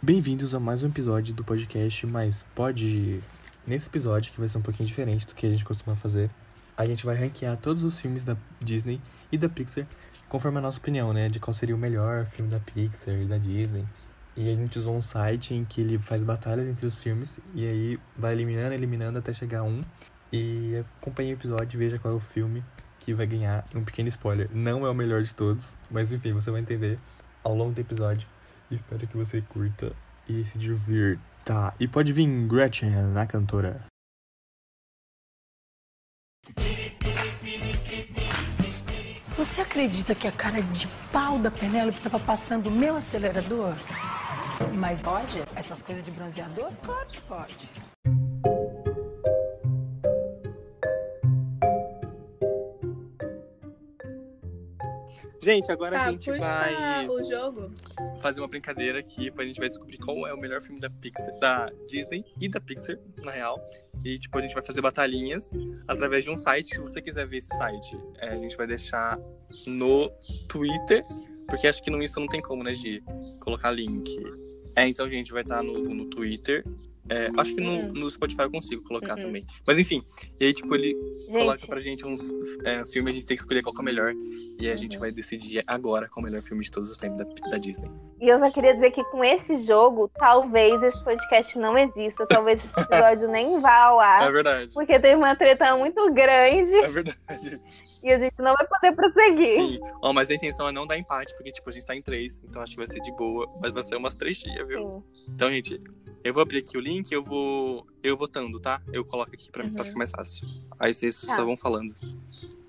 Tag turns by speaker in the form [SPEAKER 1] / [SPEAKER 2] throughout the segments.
[SPEAKER 1] Bem-vindos a mais um episódio do podcast, mas pode. Nesse episódio, que vai ser um pouquinho diferente do que a gente costuma fazer, a gente vai ranquear todos os filmes da Disney e da Pixar, conforme a nossa opinião, né? De qual seria o melhor filme da Pixar e da Disney. E a gente usou um site em que ele faz batalhas entre os filmes, e aí vai eliminando, eliminando até chegar a um. E acompanhe o episódio e veja qual é o filme que vai ganhar um pequeno spoiler. Não é o melhor de todos, mas enfim, você vai entender ao longo do episódio. Espero que você curta e se divirta. E pode vir Gretchen, a cantora.
[SPEAKER 2] Você acredita que a cara de pau da Penélope estava passando o meu acelerador? Mas pode? Essas coisas de bronzeador? Claro que pode.
[SPEAKER 3] Gente, agora
[SPEAKER 4] Tá,
[SPEAKER 3] a gente
[SPEAKER 4] puxa
[SPEAKER 3] vai
[SPEAKER 4] o jogo.
[SPEAKER 3] fazer uma brincadeira aqui, a gente vai descobrir qual é o melhor filme da Pixar, da Disney e da Pixar, na real. E tipo, a gente vai fazer batalhinhas através de um site. Se você quiser ver esse site, é, a gente vai deixar no Twitter, porque acho que no Insta não tem como, né, de colocar link. É, então, gente, vai estar no, no Twitter. É, acho que no,
[SPEAKER 4] Uhum.
[SPEAKER 3] no Spotify eu consigo colocar
[SPEAKER 4] Uhum.
[SPEAKER 3] também. Mas enfim, e aí, tipo, ele coloca
[SPEAKER 4] Gente,
[SPEAKER 3] pra gente uns é, filmes, a gente tem que escolher qual que é o melhor. E a
[SPEAKER 4] Uhum.
[SPEAKER 3] gente vai decidir agora qual é o melhor filme de todos os tempos da, da Disney.
[SPEAKER 5] E eu só queria dizer que com esse jogo, talvez esse podcast não exista, talvez esse episódio nem vá ao
[SPEAKER 3] É
[SPEAKER 5] ar,
[SPEAKER 3] verdade.
[SPEAKER 5] tá? porque teve uma treta muito grande
[SPEAKER 3] É verdade.
[SPEAKER 5] e a gente não vai poder prosseguir.
[SPEAKER 3] Sim. Ó, mas a intenção é não dar empate, porque, tipo, a gente tá em três, então acho que vai ser de boa. Mas vai ser umas três dias, viu?
[SPEAKER 5] Sim.
[SPEAKER 3] Então, gente, eu vou abrir aqui o link, eu vou. Eu votando, tá? Eu coloco aqui pra mim,
[SPEAKER 4] Uhum.
[SPEAKER 3] pra ficar mais fácil. Aí vocês
[SPEAKER 5] Tá.
[SPEAKER 3] só vão falando.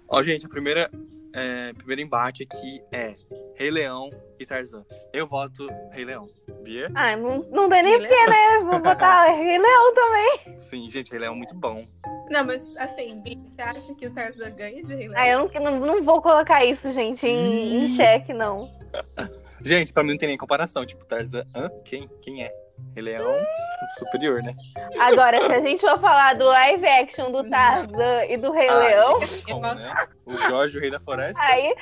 [SPEAKER 3] Ó, gente, a primeira. É, primeiro embate aqui é Rei Leão e Tarzan. Eu voto Rei Leão. Bia?
[SPEAKER 5] Ai, não, não tem nem
[SPEAKER 4] Rei
[SPEAKER 5] porque, né? Vou botar Rei Leão também.
[SPEAKER 3] Sim, gente, Rei Leão é muito bom.
[SPEAKER 4] Não, mas assim, Bi, você acha que o Tarzan ganha de Rei Leão?
[SPEAKER 5] Ai, Ah, eu não, não, não vou colocar isso, gente, em, em xeque, não.
[SPEAKER 3] Gente, pra mim não tem nem comparação. Tipo, Tarzan. hã? Quem? Quem é? Ele é um superior, né?
[SPEAKER 5] Agora, se a gente for falar do live action do Tarzan e do Rei
[SPEAKER 3] Ah,
[SPEAKER 5] Leão,
[SPEAKER 3] não tem
[SPEAKER 4] assim,
[SPEAKER 3] como, né? O Jorge, o rei da floresta.
[SPEAKER 5] aí,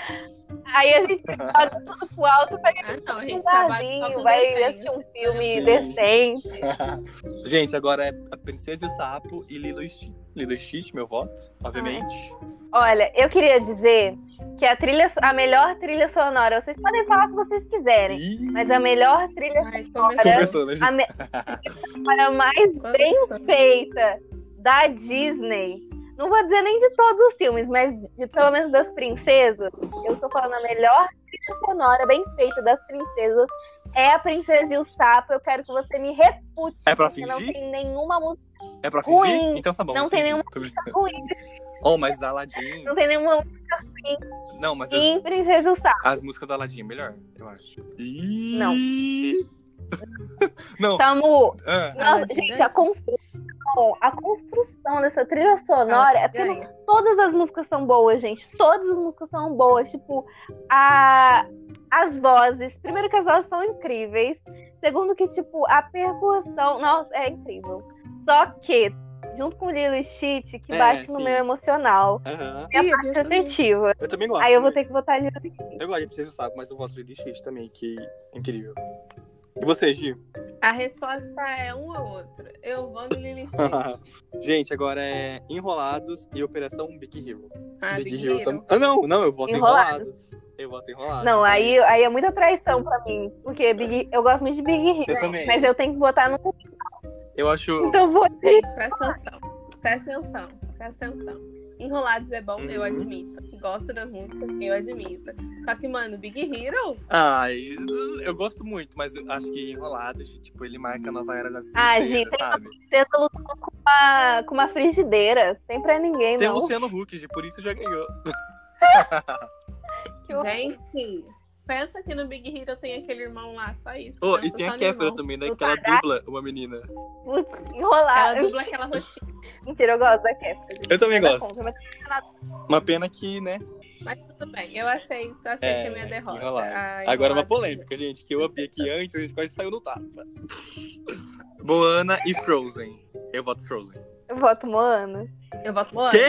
[SPEAKER 5] aí a gente joga tudo pro alto pra gente
[SPEAKER 4] Ah, não, a
[SPEAKER 5] ter um
[SPEAKER 4] gente trabalha só
[SPEAKER 5] barzinho,
[SPEAKER 4] com
[SPEAKER 5] vai
[SPEAKER 4] desenhos.
[SPEAKER 5] assistir um filme
[SPEAKER 3] Sim.
[SPEAKER 5] decente.
[SPEAKER 3] Gente, agora é a Princesa e o Sapo e Lilo e Stitch. Lilo e Stitch, meu voto, obviamente.
[SPEAKER 5] Olha, eu queria dizer que a trilha, a melhor trilha sonora, vocês podem falar o que vocês quiserem,
[SPEAKER 3] Ih,
[SPEAKER 5] mas a melhor trilha
[SPEAKER 4] Ai,
[SPEAKER 5] Olha,
[SPEAKER 4] começou.
[SPEAKER 3] Começou, né, gente?
[SPEAKER 5] a me- sonora mais bem
[SPEAKER 4] Começou.
[SPEAKER 5] feita da Disney. Não vou dizer nem de todos os filmes, mas de, de pelo menos das princesas, eu estou falando a melhor trilha sonora bem feita das princesas é a Princesa e o Sapo. Eu quero que você me repute.
[SPEAKER 3] É pra
[SPEAKER 5] porque não
[SPEAKER 3] fingir?
[SPEAKER 5] tem nenhuma música
[SPEAKER 3] É pra fingir?
[SPEAKER 5] ruim.
[SPEAKER 3] Então tá bom.
[SPEAKER 5] Não
[SPEAKER 3] vou
[SPEAKER 5] tem
[SPEAKER 3] fingir.
[SPEAKER 5] nenhuma
[SPEAKER 3] Tô brincando.
[SPEAKER 5] ruim,
[SPEAKER 3] Oh, mas da Aladdin.
[SPEAKER 5] não tem nenhuma música
[SPEAKER 3] Não, mas as,
[SPEAKER 5] em tá. Princesa e o Sapo.
[SPEAKER 3] as músicas do Aladdin é melhor, eu acho. Ih.
[SPEAKER 5] Não.
[SPEAKER 3] Não.
[SPEAKER 5] Tamo
[SPEAKER 3] ah,
[SPEAKER 5] Nossa,
[SPEAKER 4] Aladdin
[SPEAKER 5] gente,
[SPEAKER 4] ganha?
[SPEAKER 5] a construção, a construção dessa trilha sonora
[SPEAKER 4] Ah,
[SPEAKER 5] é porque
[SPEAKER 4] ganha.
[SPEAKER 5] todas as músicas são boas, gente. Todas as músicas são boas. Tipo, a, as vozes. Primeiro que as vozes são incríveis. Segundo que, tipo, a percussão. Nossa, é incrível. Só que, junto com Lilo e Chit, que
[SPEAKER 3] É,
[SPEAKER 5] bate no
[SPEAKER 3] sim.
[SPEAKER 5] meu emocional.
[SPEAKER 3] aham.
[SPEAKER 4] Ih, eu
[SPEAKER 5] É
[SPEAKER 4] penso nisso.
[SPEAKER 5] afetiva.
[SPEAKER 3] Eu também gosto.
[SPEAKER 5] Aí eu vou
[SPEAKER 3] né?
[SPEAKER 5] ter que botar Lilo e Stitch.
[SPEAKER 3] Eu gosto de Princesa e o Sapo, mas eu voto Lilo e Stitch também, que é incrível. E você, Gi?
[SPEAKER 4] A resposta é uma ou outra. Eu vou no Lili Stitch.
[SPEAKER 3] Gente, agora é Enrolados e Operação Big Hero.
[SPEAKER 4] Ah,
[SPEAKER 3] Big,
[SPEAKER 4] Big
[SPEAKER 3] Hero,
[SPEAKER 4] Hero.
[SPEAKER 3] tam- Ah, não, não, eu voto
[SPEAKER 5] Enrolados.
[SPEAKER 3] Enrolados. Eu voto Enrolados.
[SPEAKER 5] Não, aí, aí é muita traição pra mim. Porque Big- eu gosto muito de Big Hero.
[SPEAKER 3] Eu também.
[SPEAKER 5] Mas eu tenho que botar no.
[SPEAKER 3] Eu acho...
[SPEAKER 5] Então eu vou
[SPEAKER 4] Gente, presta atenção. Presta atenção. Presta atenção. Enrolados é bom, eu
[SPEAKER 3] Uhum.
[SPEAKER 4] admito. Gosto das músicas, eu admito. Só que, mano, Big Hero,
[SPEAKER 3] Ai, eu gosto muito, mas eu acho que Enrolados, tipo, ele marca a nova era das
[SPEAKER 5] Ah,
[SPEAKER 3] princesas,
[SPEAKER 5] Gi, tem
[SPEAKER 3] sabe?
[SPEAKER 5] certeza lutando com uma, com uma frigideira. Sem pra ninguém,
[SPEAKER 3] Tem um- o
[SPEAKER 5] não.
[SPEAKER 3] Luciano Huck, Gi, por isso já ganhou.
[SPEAKER 5] Que horror.
[SPEAKER 4] gente, pensa que no Big Hero tem aquele irmão lá, só isso.
[SPEAKER 3] Oh,
[SPEAKER 4] Pensa
[SPEAKER 3] e tem
[SPEAKER 4] só
[SPEAKER 3] a
[SPEAKER 4] no
[SPEAKER 3] Kéfera
[SPEAKER 4] irmão.
[SPEAKER 3] também, né?
[SPEAKER 5] Do
[SPEAKER 3] Que ela dubla uma menina.
[SPEAKER 5] Putz,
[SPEAKER 4] Ela
[SPEAKER 5] enrolar.
[SPEAKER 4] dubla aquela roxinha.
[SPEAKER 5] Mentira, eu gosto da Kéfera. gente.
[SPEAKER 3] Eu também
[SPEAKER 5] Nada
[SPEAKER 3] gosto.
[SPEAKER 5] contra, mas
[SPEAKER 3] Uma pena que, né?
[SPEAKER 4] Mas tudo bem, eu aceito, aceito a é minha derrota.
[SPEAKER 3] Enrolados.
[SPEAKER 4] Ah,
[SPEAKER 3] É, Agora é uma
[SPEAKER 4] Enrolados.
[SPEAKER 3] polêmica, gente, que eu abri aqui antes, a gente quase saiu no tapa. Moana e Frozen. Eu voto Frozen.
[SPEAKER 5] Eu voto Moana.
[SPEAKER 4] Eu voto Moana.
[SPEAKER 3] Quê?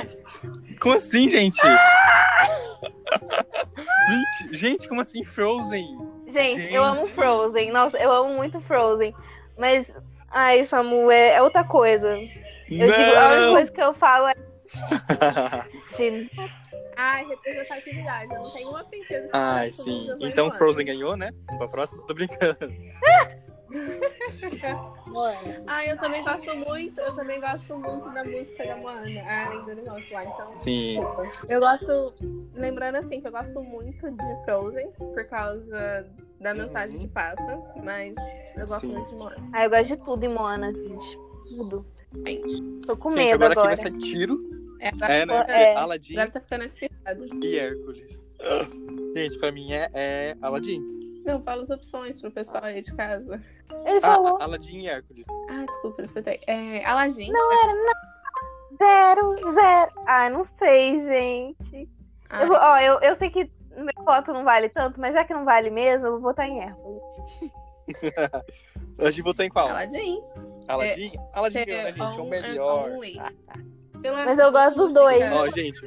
[SPEAKER 3] Como assim, gente? Gente, gente, como assim Frozen?
[SPEAKER 5] Gente,
[SPEAKER 3] Gente.
[SPEAKER 5] eu amo Frozen. Nossa, eu amo muito Frozen. Mas, ai, Samu, é, é outra coisa. Eu digo, a única coisa que eu falo é. de-
[SPEAKER 4] Ai, representatividade. Eu não tenho uma princesa que
[SPEAKER 3] Ai,
[SPEAKER 4] faz tudo
[SPEAKER 3] sim.
[SPEAKER 4] que eu sou
[SPEAKER 3] Então
[SPEAKER 4] irmã.
[SPEAKER 3] Frozen ganhou, né? Vamos pra próxima? Tô brincando.
[SPEAKER 4] Ai, eu também gosto muito. Eu também gosto muito da música da Moana. Ah, A Lenda do Norte lá, então.
[SPEAKER 3] Sim.
[SPEAKER 4] Eu gosto, lembrando assim, que eu gosto muito de Frozen por causa da mensagem que passa, mas eu gosto
[SPEAKER 3] Uhum. Sim.
[SPEAKER 4] muito de Moana.
[SPEAKER 5] Ai, eu gosto de tudo em Moana, gente. Tudo. Tô com
[SPEAKER 3] Gente,
[SPEAKER 5] medo
[SPEAKER 3] agora,
[SPEAKER 5] agora.
[SPEAKER 3] aqui vai ser tiro.
[SPEAKER 4] É, agora,
[SPEAKER 3] É, né?
[SPEAKER 5] É.
[SPEAKER 3] Aladdin
[SPEAKER 4] agora tá ficando acirrado.
[SPEAKER 3] e Hércules. Ah. Gente, pra mim é, é Aladdin.
[SPEAKER 4] Não, fala as opções pro pessoal aí de casa.
[SPEAKER 5] Ele falou.
[SPEAKER 3] Ah, Aladdin e Hércules.
[SPEAKER 4] Ah, desculpa, eu escutei. É, Aladdin.
[SPEAKER 3] ah.
[SPEAKER 5] Zero, zero. Ai, não sei, gente.
[SPEAKER 4] Ah,
[SPEAKER 5] Eu, vou- ó, eu, eu sei que meu voto não vale tanto, mas já que não vale mesmo, eu vou votar em Hércules.
[SPEAKER 3] A gente votou em qual?
[SPEAKER 4] Aladdin.
[SPEAKER 3] Aladdin? Aladdin ganhou, né,
[SPEAKER 4] É,
[SPEAKER 3] gente? É o
[SPEAKER 5] um
[SPEAKER 4] on
[SPEAKER 3] melhor.
[SPEAKER 4] and only. Pela
[SPEAKER 5] Mas eu gosto dos dois.
[SPEAKER 4] música,
[SPEAKER 3] Ó, gente,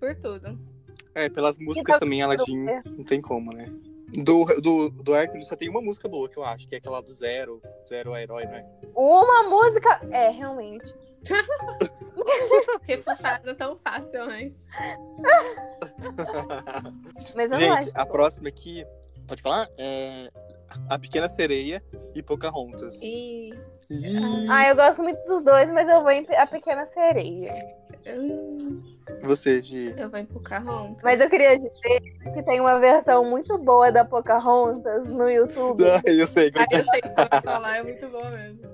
[SPEAKER 4] Por tudo.
[SPEAKER 3] é, pelas músicas
[SPEAKER 5] tal-
[SPEAKER 3] também, Aladdin, não tem como, né? Do, do, do Hércules só tem uma música boa que eu acho, que é aquela do Zero. Zero é herói, né?
[SPEAKER 5] Uma música. É, realmente.
[SPEAKER 4] Refutada tão facilmente.
[SPEAKER 5] Mas eu não acho.
[SPEAKER 3] Gente, a
[SPEAKER 5] bom.
[SPEAKER 3] próxima aqui, pode falar? É A Pequena Sereia e Pocahontas.
[SPEAKER 4] E.
[SPEAKER 3] Ih,
[SPEAKER 5] Ah, eu gosto muito dos dois, mas eu vou em Pe- A Pequena Sereia.
[SPEAKER 4] hum,
[SPEAKER 3] Você, Gi.
[SPEAKER 4] Eu vou empucar Ron.
[SPEAKER 5] Mas eu queria dizer que tem uma versão muito boa da Pocahontas no YouTube.
[SPEAKER 3] Ah, eu sei.
[SPEAKER 4] Ah, eu sei que você vai falar, é muito bom mesmo.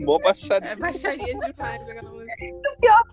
[SPEAKER 3] Mó baixadinha.
[SPEAKER 4] É baixaria demais aquela música.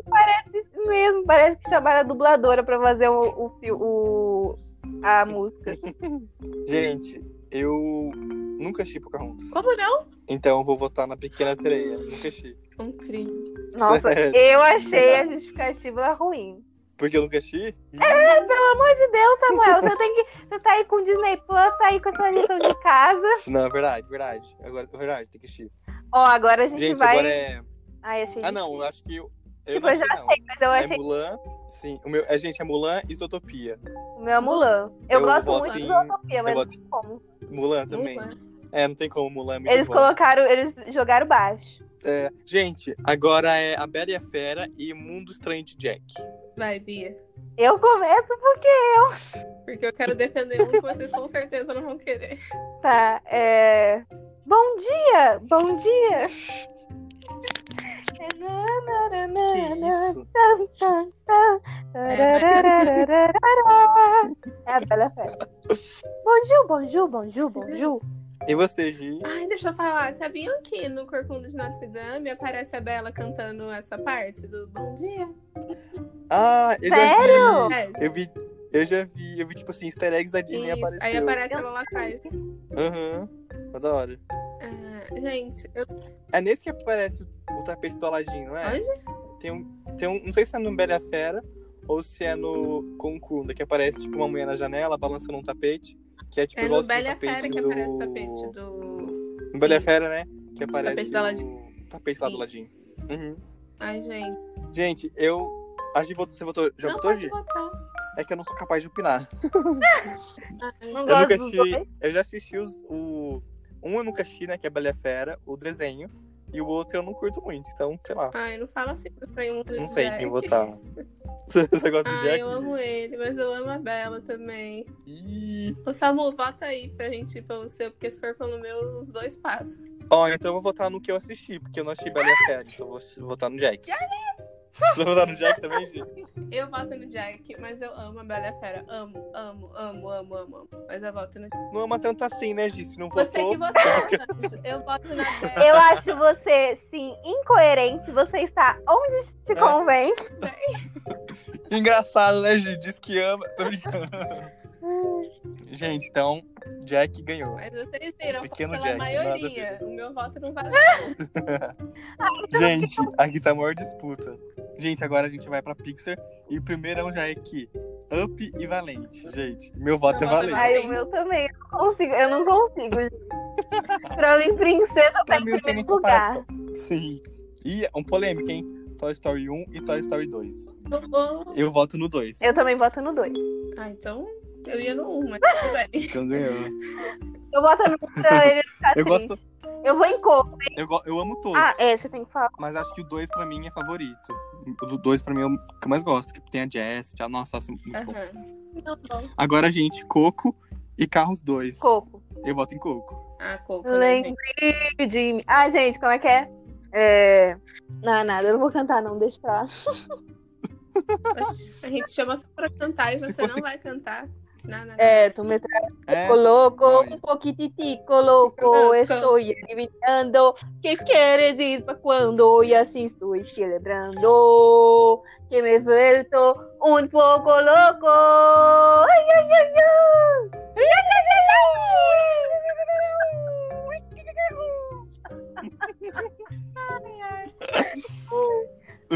[SPEAKER 5] Parece mesmo, parece que chamaram a dubladora pra fazer o, o, fi- o- a música. é
[SPEAKER 3] Gente, eu nunca achei Pocahontas.
[SPEAKER 4] Como não?
[SPEAKER 3] Então eu vou votar na Pequena Sereia. Nunca achei.
[SPEAKER 4] Um crime.
[SPEAKER 5] Nossa,
[SPEAKER 3] É.
[SPEAKER 5] eu achei a justificativa ruim.
[SPEAKER 3] Porque eu nunca achei?
[SPEAKER 5] Pelo amor de Deus, Samuel, você tem que. Você tá aí com o Disney Plus, tá aí com essa lição de casa.
[SPEAKER 3] Não, é verdade, verdade. Agora, é verdade, tem que assistir.
[SPEAKER 5] Ó, agora a gente,
[SPEAKER 3] Gente,
[SPEAKER 5] vai.
[SPEAKER 3] agora é.
[SPEAKER 5] Ai, achei.
[SPEAKER 3] Ah, não, eu acho que. Eu, eu
[SPEAKER 5] Tipo,
[SPEAKER 3] não
[SPEAKER 5] eu já
[SPEAKER 3] achei, não.
[SPEAKER 5] sei, mas eu
[SPEAKER 3] É
[SPEAKER 5] achei
[SPEAKER 3] Mulan. Sim, o meu, é, gente, é Mulan e Zootopia.
[SPEAKER 5] o meu é Mulan. Eu,
[SPEAKER 3] Eu
[SPEAKER 5] gosto
[SPEAKER 3] voto
[SPEAKER 5] muito de
[SPEAKER 3] em-
[SPEAKER 5] Zootopia, mas
[SPEAKER 3] eu
[SPEAKER 5] não
[SPEAKER 3] voto-
[SPEAKER 5] tem como.
[SPEAKER 3] Mulan também.
[SPEAKER 4] Mulan.
[SPEAKER 3] É, não tem como, Mulan é muito
[SPEAKER 5] Eles
[SPEAKER 3] bom.
[SPEAKER 5] colocaram, eles jogaram baixo.
[SPEAKER 3] É, gente, agora é A Bela e a Fera e Mundo Estranho de Jack.
[SPEAKER 4] Vai, Bia.
[SPEAKER 5] Eu começo porque.
[SPEAKER 4] Porque eu quero defender um que vocês com certeza não vão querer.
[SPEAKER 5] Tá, é. Bom dia! Bom dia!
[SPEAKER 3] Que isso?
[SPEAKER 5] É a Bela Fera. Bonjour, bonjour, bonjour, bonjour.
[SPEAKER 3] E você, Gi?
[SPEAKER 4] Ai, deixa eu falar. Sabiam que no Corcunda de Notre Dame aparece a Bela cantando essa parte do Bom Dia?
[SPEAKER 3] Ah, eu já
[SPEAKER 5] Sério?
[SPEAKER 3] vi.
[SPEAKER 4] É,
[SPEAKER 3] Eu vi, eu já vi, eu vi tipo assim, easter eggs da Disney
[SPEAKER 4] isso.
[SPEAKER 3] apareceu.
[SPEAKER 4] Aí aparece ela lá atrás.
[SPEAKER 3] Aham, mas da hora.
[SPEAKER 4] Ah, gente, eu...
[SPEAKER 3] É nesse que aparece o tapete do Aladim, não é?
[SPEAKER 4] onde?
[SPEAKER 3] Tem um, tem um, não sei se é no Bela e a Fera ou se é no Concunda, que aparece tipo uma mulher na janela balançando um tapete, que é tipo
[SPEAKER 4] É
[SPEAKER 3] igual
[SPEAKER 4] no
[SPEAKER 3] assim,
[SPEAKER 4] Bela e a
[SPEAKER 3] tapete
[SPEAKER 4] Fera que
[SPEAKER 3] do-
[SPEAKER 4] aparece o tapete do.
[SPEAKER 3] No Bela e a Fera, né? Que aparece
[SPEAKER 4] Tapete do Aladdin.
[SPEAKER 3] o tapete lá do
[SPEAKER 4] Sim.
[SPEAKER 3] Aladim. Uhum.
[SPEAKER 4] Ai, gente.
[SPEAKER 3] Gente, eu. A gente votou. Você votou. Já
[SPEAKER 4] Não
[SPEAKER 3] votou,
[SPEAKER 4] pode
[SPEAKER 3] Gi?
[SPEAKER 4] botar.
[SPEAKER 3] É que eu não sou capaz de opinar.
[SPEAKER 5] Não
[SPEAKER 3] Eu
[SPEAKER 5] gosto
[SPEAKER 3] nunca
[SPEAKER 5] dos dois.
[SPEAKER 3] assisti. Eu já assisti os, o. Um eu nunca assisti, né? Que é Bela e a Fera, o desenho. E o outro eu não curto muito, então, sei lá.
[SPEAKER 4] Ai, não fala assim. Eu tenho um do
[SPEAKER 3] Não sei
[SPEAKER 4] Jack.
[SPEAKER 3] quem votar. Você você gosta do
[SPEAKER 4] Ai,
[SPEAKER 3] Jack?
[SPEAKER 4] Ah, eu
[SPEAKER 3] Gi?
[SPEAKER 4] amo ele, mas eu amo a Bela também.
[SPEAKER 3] Ih.
[SPEAKER 4] Ô, Samu, bota aí pra gente ir pelo seu, porque se for pelo meu, os dois passam.
[SPEAKER 3] Ó, então eu vou votar no que eu assisti, porque eu não assisti Bela e a Fera, então eu vou vou votar no Jack. Você vai votar no Jack também, Gi?
[SPEAKER 4] Eu voto no Jack, mas eu amo a Bela e a Fera. Amo, amo, amo, amo, amo. amo. Mas eu voto no
[SPEAKER 3] Não ama tanto assim, né, Gi? Se não
[SPEAKER 4] Você
[SPEAKER 3] votou.
[SPEAKER 4] que votou, Sancho. Eu voto na Bela.
[SPEAKER 5] Eu acho você, sim, incoerente. Você está onde
[SPEAKER 3] É.
[SPEAKER 5] te convém.
[SPEAKER 3] Engraçado, né, Gi? Diz que ama. Tô brincando. Gente, então, Jack ganhou.
[SPEAKER 4] Mas vocês viram,
[SPEAKER 3] É Pequeno
[SPEAKER 4] pela
[SPEAKER 3] Jack, nada
[SPEAKER 4] maioria. O meu voto não vale.
[SPEAKER 3] Gente, aqui tá a maior disputa. Gente, agora a gente vai pra Pixar. E o primeirão já é aqui. Up e Valente, gente. Meu voto é
[SPEAKER 4] Meu voto é
[SPEAKER 3] Valente.
[SPEAKER 5] Ai, o meu também. Eu não consigo, eu não consigo, gente. Pra mim, princesa tá
[SPEAKER 3] Pra
[SPEAKER 5] em
[SPEAKER 3] mim, não tem
[SPEAKER 5] primeiro
[SPEAKER 3] nem
[SPEAKER 5] lugar.
[SPEAKER 3] comparação. Sim. E é um polêmico, hein? Toy Story 1 e Toy Story 2.
[SPEAKER 4] Bom, bom.
[SPEAKER 3] Eu voto no 2.
[SPEAKER 5] É Eu também voto no 2.
[SPEAKER 4] Ah, então Eu ia no 1, mas tudo bem.
[SPEAKER 3] Então ganhou.
[SPEAKER 5] Eu boto no pra ele não ficar
[SPEAKER 3] Eu
[SPEAKER 5] triste.
[SPEAKER 3] gosto.
[SPEAKER 5] Eu vou em cor.
[SPEAKER 3] Eu, go- eu amo todos.
[SPEAKER 5] Ah, é, você tem que falar.
[SPEAKER 3] Mas acho que o 2 pra mim é favorito. O do 2 pra mim é o que eu mais gosto. Que tem a Jess, tchau. Nossa, nossa, muito bom.
[SPEAKER 4] Aham. Não, bom.
[SPEAKER 3] Agora, gente, Coco e Carros 2.
[SPEAKER 5] Coco.
[SPEAKER 3] Eu voto em Coco.
[SPEAKER 4] Ah, Coco, né,
[SPEAKER 5] Lembre
[SPEAKER 4] gente?
[SPEAKER 5] de mim. Ah, gente, como é que é? É. Não, nada, eu não vou cantar, não, deixa pra lá.
[SPEAKER 4] Oxe, A gente chama só pra cantar e
[SPEAKER 3] Se
[SPEAKER 4] você
[SPEAKER 3] fosse-
[SPEAKER 4] não vai cantar. Não, não, não.
[SPEAKER 5] É, tu me trago
[SPEAKER 3] É,
[SPEAKER 5] louco,
[SPEAKER 3] vai.
[SPEAKER 5] um poquititico louco,
[SPEAKER 4] Louco.
[SPEAKER 5] estou adivinhando que queres ir pra quando e assim estou celebrando que me he vuelto um pouco louco. Ai, ai, ai, ai. Ai, ai, ai, ai.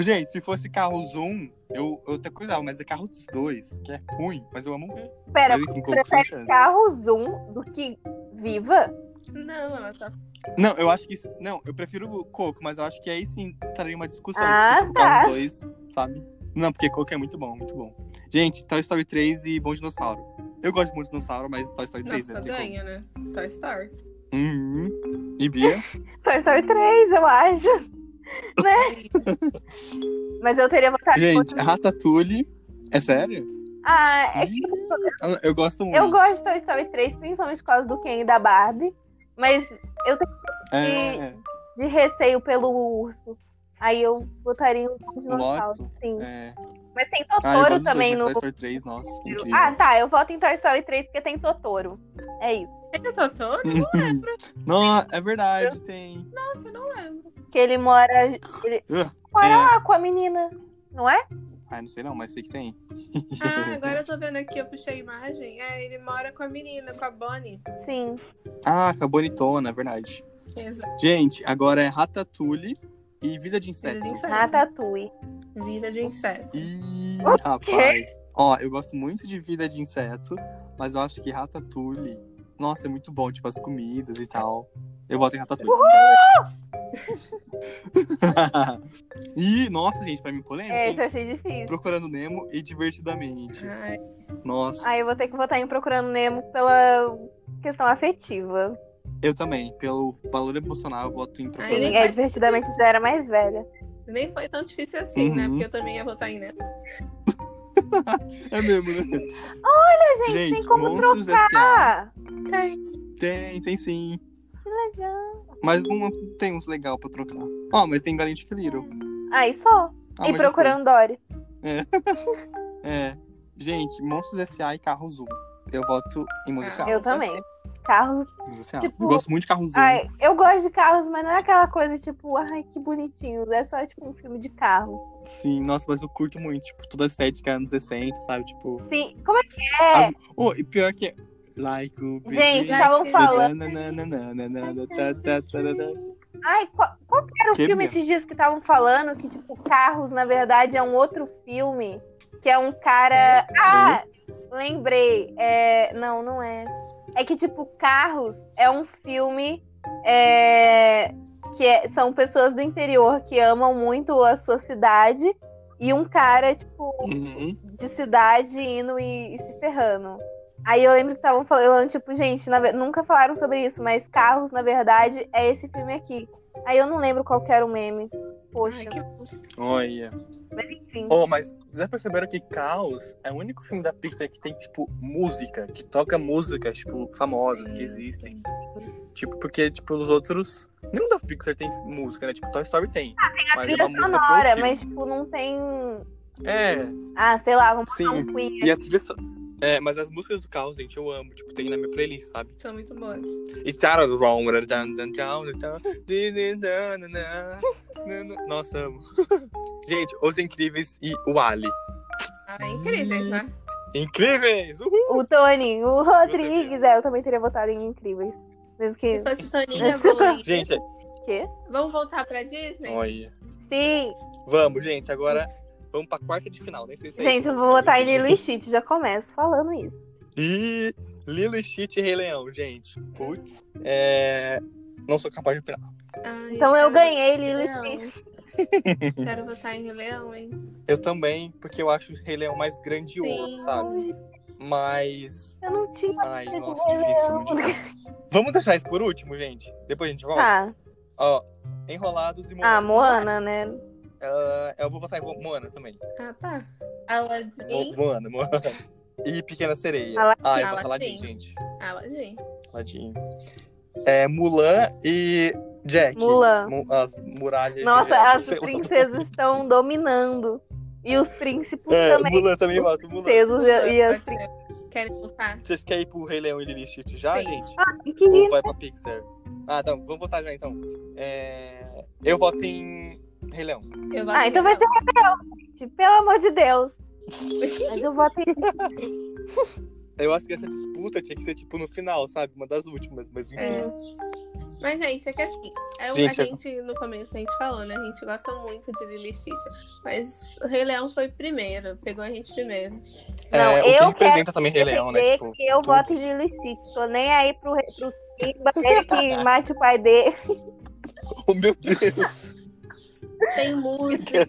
[SPEAKER 3] Gente, se fosse Carros 1, eu, eu até coisava, mas é Carros 2, que é ruim. Mas eu amo um.
[SPEAKER 5] Pera,
[SPEAKER 3] Mas com Coco sem
[SPEAKER 5] prefere
[SPEAKER 3] chance.
[SPEAKER 5] carro zoom do que viva?
[SPEAKER 4] Não, ela tá.
[SPEAKER 3] Não, eu acho que. isso- Não, eu prefiro o Coco, mas eu acho que aí sim traria uma discussão.
[SPEAKER 5] Ah,
[SPEAKER 3] porque, tipo,
[SPEAKER 5] tá.
[SPEAKER 3] Carros 2, sabe? Não, porque Coco é muito bom, muito bom. Gente, Toy Story 3 e Bom Dinossauro. Eu gosto de Bom Dinossauro, mas Toy Story 3 né?
[SPEAKER 4] Nossa,
[SPEAKER 3] tem como.
[SPEAKER 4] ganha, né? Toy Story.
[SPEAKER 3] Uhum. E Bia?
[SPEAKER 5] Toy Story 3, eu acho. Né? Mas eu teria vontade de
[SPEAKER 3] Gente,
[SPEAKER 5] continuar.
[SPEAKER 3] Ratatouille. É sério?
[SPEAKER 5] Ah, é que
[SPEAKER 3] Ih, eu- eu gosto muito.
[SPEAKER 5] eu gosto de Toy Story 3, principalmente por causa do Ken e da Barbie. Mas
[SPEAKER 3] É,
[SPEAKER 5] de receio pelo urso. Aí eu botaria um bom dinossauro,
[SPEAKER 3] Watson?
[SPEAKER 5] sim.
[SPEAKER 3] é.
[SPEAKER 5] Mas tem
[SPEAKER 3] Ah, eu gosto
[SPEAKER 5] Totoro
[SPEAKER 3] dos dois,
[SPEAKER 5] também
[SPEAKER 3] mas
[SPEAKER 5] no.
[SPEAKER 3] Toy Story 3, nossa, incrível.
[SPEAKER 5] Ah, tá. Eu voto em Toy Story 3 porque tem Totoro. É isso.
[SPEAKER 4] É o Totoro?
[SPEAKER 3] não, é verdade, tem.
[SPEAKER 4] Nossa, eu não lembro.
[SPEAKER 5] Que ele mora. Ele
[SPEAKER 3] Ah,
[SPEAKER 5] mora
[SPEAKER 3] é.
[SPEAKER 5] lá com a menina. Não é?
[SPEAKER 3] Ah, não sei não, mas sei que tem.
[SPEAKER 4] Ah, agora eu tô vendo aqui, eu puxei a imagem. É, ele mora com a menina, com a Bonnie.
[SPEAKER 5] Sim.
[SPEAKER 3] Ah, com a bonitona, é verdade.
[SPEAKER 4] Exato.
[SPEAKER 3] Gente, agora é Ratatouille e Vida de
[SPEAKER 4] Vida
[SPEAKER 3] Inseto.
[SPEAKER 4] de inseto.
[SPEAKER 5] Ratatouille.
[SPEAKER 4] Vida de inseto.
[SPEAKER 3] Ih,
[SPEAKER 5] O quê?
[SPEAKER 3] rapaz. Ó, eu gosto muito de Vida de Inseto, mas eu acho que Ratatouille, nossa, é muito bom, tipo, as comidas e tal. Eu voto em Ratatouille. Ih, nossa, gente, pra mim polêmica.
[SPEAKER 5] É,
[SPEAKER 3] hein?
[SPEAKER 5] isso eu achei difícil.
[SPEAKER 3] Procurando Nemo e Divertidamente.
[SPEAKER 4] Ai,
[SPEAKER 3] Nossa,
[SPEAKER 5] Aí eu vou ter que votar em Procurando Nemo pela questão afetiva.
[SPEAKER 3] eu também. Pelo valor emocional, eu voto em
[SPEAKER 4] Ai,
[SPEAKER 3] Procurando
[SPEAKER 4] nem-
[SPEAKER 3] Nemo.
[SPEAKER 5] É, divertidamente eu já era mais velha.
[SPEAKER 4] nem foi tão difícil assim, né?
[SPEAKER 3] Uhum.
[SPEAKER 4] Porque eu também ia votar em Nemo.
[SPEAKER 3] É mesmo, né?
[SPEAKER 5] Olha, gente, tem como
[SPEAKER 3] Monstros S.A.
[SPEAKER 5] trocar.
[SPEAKER 3] Tem, tem sim.
[SPEAKER 5] Que legal.
[SPEAKER 3] Mas não tem uns legal pra trocar. Ó, mas tem Valente Little.
[SPEAKER 5] Aí só.
[SPEAKER 3] Ah, mas
[SPEAKER 5] e
[SPEAKER 3] já
[SPEAKER 5] Procurando Dory.
[SPEAKER 3] foi. É. Gente, Monstros S.A. e Carro Zoom. Eu voto em Monstros
[SPEAKER 4] Ah,
[SPEAKER 3] S.A.
[SPEAKER 5] eu
[SPEAKER 4] Carros
[SPEAKER 5] também. Carros.
[SPEAKER 3] Monstros S.A..
[SPEAKER 5] Tipo,
[SPEAKER 3] Eu gosto muito de Carro Zoom.
[SPEAKER 5] Ai, eu gosto de carros, mas não é aquela coisa tipo, ai, que bonitinho. É só tipo um filme de carro.
[SPEAKER 3] Sim, nossa, mas eu curto muito. Tipo, toda a estética anos 60, sabe? Tipo...
[SPEAKER 5] Sim. Como é que é?
[SPEAKER 3] as- Oh, e pior que... Like o...
[SPEAKER 5] Gente, tá
[SPEAKER 4] Like
[SPEAKER 5] estavam
[SPEAKER 4] a-
[SPEAKER 5] falando.
[SPEAKER 3] Nananana, tá, tá, tarará.
[SPEAKER 5] Ai, qual, qual que era o
[SPEAKER 3] Que
[SPEAKER 5] filme
[SPEAKER 3] mesmo?
[SPEAKER 5] esses dias que estavam falando que, tipo, Carros, na verdade, é um outro filme? Que é um cara.
[SPEAKER 3] Hum,
[SPEAKER 5] Ah! Lembrei. É... Não, não é. É que, tipo, Carros é um filme é, que é- são pessoas do interior que amam muito a sua cidade e um cara, tipo,
[SPEAKER 3] Uhum.
[SPEAKER 5] de cidade indo e, e se ferrando. Aí eu lembro que estavam falando, tipo, gente, na ve- nunca falaram sobre isso, mas Carros, na verdade, é esse filme aqui. Aí eu não lembro qual que era o meme. Poxa,
[SPEAKER 4] Ai, que fofo.
[SPEAKER 3] Olha...
[SPEAKER 5] mas enfim.
[SPEAKER 3] Oh, mas vocês já perceberam que Caos é o único filme da Pixar que tem, tipo, música, que toca músicas, tipo, famosas que existem. Tipo, porque, tipo, os outros. Nenhum da Pixar tem música, né? Tipo, Toy Story tem.
[SPEAKER 5] Ah, Tem a
[SPEAKER 3] mas
[SPEAKER 5] trilha
[SPEAKER 3] é uma música
[SPEAKER 5] sonora,
[SPEAKER 3] pro
[SPEAKER 5] mas, tipo, não tem.
[SPEAKER 3] filme. É,
[SPEAKER 5] Ah, sei lá, vamos botar
[SPEAKER 3] sim.
[SPEAKER 5] um Queen.
[SPEAKER 3] E a trilha so- É, mas as músicas do Caos, gente, eu amo. Tipo, tem na minha playlist, sabe?
[SPEAKER 4] São muito boas.
[SPEAKER 3] E tchara, wrong, dan, dan, dan, dan, dan, di, di, dan, dan, dan, dan. Nossa, amo. Gente, Os Incríveis e o Ali.
[SPEAKER 4] Ah, incríveis,
[SPEAKER 5] Hum.
[SPEAKER 4] né?
[SPEAKER 3] Incríveis! Uhul!
[SPEAKER 5] O Tony, o Rodrigues. É, eu também teria votado em Incríveis. Mesmo que.
[SPEAKER 4] Se fosse Toninha, Blue,
[SPEAKER 3] Gente, é,
[SPEAKER 5] Quê?
[SPEAKER 4] vamos voltar pra Disney?
[SPEAKER 3] olha.
[SPEAKER 5] Sim,
[SPEAKER 3] Vamos, gente, agora vamos pra quarta de final. Nem sei se é
[SPEAKER 5] gente,
[SPEAKER 3] isso.
[SPEAKER 5] eu vou votar em Lilo e Stitch, já começo falando isso.
[SPEAKER 3] Ih, Lilo e Stitch e Rei Leão, gente. Putz. É... Não sou capaz de opinar.
[SPEAKER 4] Ai,
[SPEAKER 5] Então eu
[SPEAKER 4] quero-
[SPEAKER 5] ganhei Lilo e Stitch.
[SPEAKER 4] Leão. Quero votar em Leão, hein?
[SPEAKER 3] Eu também, porque eu acho o Rei Leão mais grandioso,
[SPEAKER 4] Sim.
[SPEAKER 3] sabe? Mas.
[SPEAKER 5] Eu não tinha.
[SPEAKER 3] Ai, nossa, difícil, muito difícil. Vamos deixar isso por último, gente. Depois a gente volta.
[SPEAKER 5] Tá.
[SPEAKER 3] Ó, Enrolados e Moana.
[SPEAKER 5] Ah, Moana, né?
[SPEAKER 3] Ah, eu vou votar em Moana também.
[SPEAKER 4] Ah, tá. Aladdin.
[SPEAKER 3] Mo- Moana, Moana. E Pequena Sereia.
[SPEAKER 5] Aladdin.
[SPEAKER 3] Ah, eu vou Aladdin,
[SPEAKER 4] Aladdin.
[SPEAKER 3] gente.
[SPEAKER 4] Aladdin.
[SPEAKER 3] Aladdin. É Mulan e Jack.
[SPEAKER 5] Mulan.
[SPEAKER 3] Mu- As muralhas. de
[SPEAKER 5] Nossa,
[SPEAKER 3] Jack,
[SPEAKER 5] as
[SPEAKER 3] sei lá.
[SPEAKER 5] princesas estão dominando. E os príncipes
[SPEAKER 3] É,
[SPEAKER 5] também.
[SPEAKER 3] Mulan também
[SPEAKER 5] Os
[SPEAKER 3] mata o Mulan.
[SPEAKER 5] Princesas e, e as
[SPEAKER 4] Pode ser. Querem voltar?
[SPEAKER 3] Vocês querem ir pro Rei Leão e Lilith já,
[SPEAKER 4] Sim.
[SPEAKER 3] gente?
[SPEAKER 5] Ah,
[SPEAKER 3] Ou
[SPEAKER 5] princesas.
[SPEAKER 3] vai pra Pixar? Ah, então, vamos votar já então. É, Eu voto em Rei Leão.
[SPEAKER 4] Eu voto
[SPEAKER 5] Ah, então
[SPEAKER 4] em
[SPEAKER 5] vai ser
[SPEAKER 4] Aladdin.
[SPEAKER 5] rebelde, pelo amor de Deus. Mas eu voto em
[SPEAKER 3] Eu acho que essa disputa tinha que ser tipo no final, sabe? Uma das últimas, mas
[SPEAKER 5] um.
[SPEAKER 3] enfim.
[SPEAKER 4] É. Mas, gente, é que assim, é, um-
[SPEAKER 3] Gente,
[SPEAKER 4] a
[SPEAKER 3] eu-
[SPEAKER 4] gente, no começo, a gente falou, né? A gente gosta muito de Lili Xixa. Mas o Rei Leão foi primeiro, pegou a gente primeiro.
[SPEAKER 5] Não,
[SPEAKER 3] É, o que
[SPEAKER 5] eu
[SPEAKER 3] representa também Rei Leão, né?
[SPEAKER 5] defender
[SPEAKER 3] Tipo,
[SPEAKER 5] que eu
[SPEAKER 3] tudo.
[SPEAKER 5] voto em Lilo e Stitch. Tô nem aí pro, re- pro Simba, ele que mate o pai dele.
[SPEAKER 3] oh meu Deus!
[SPEAKER 4] Tem música,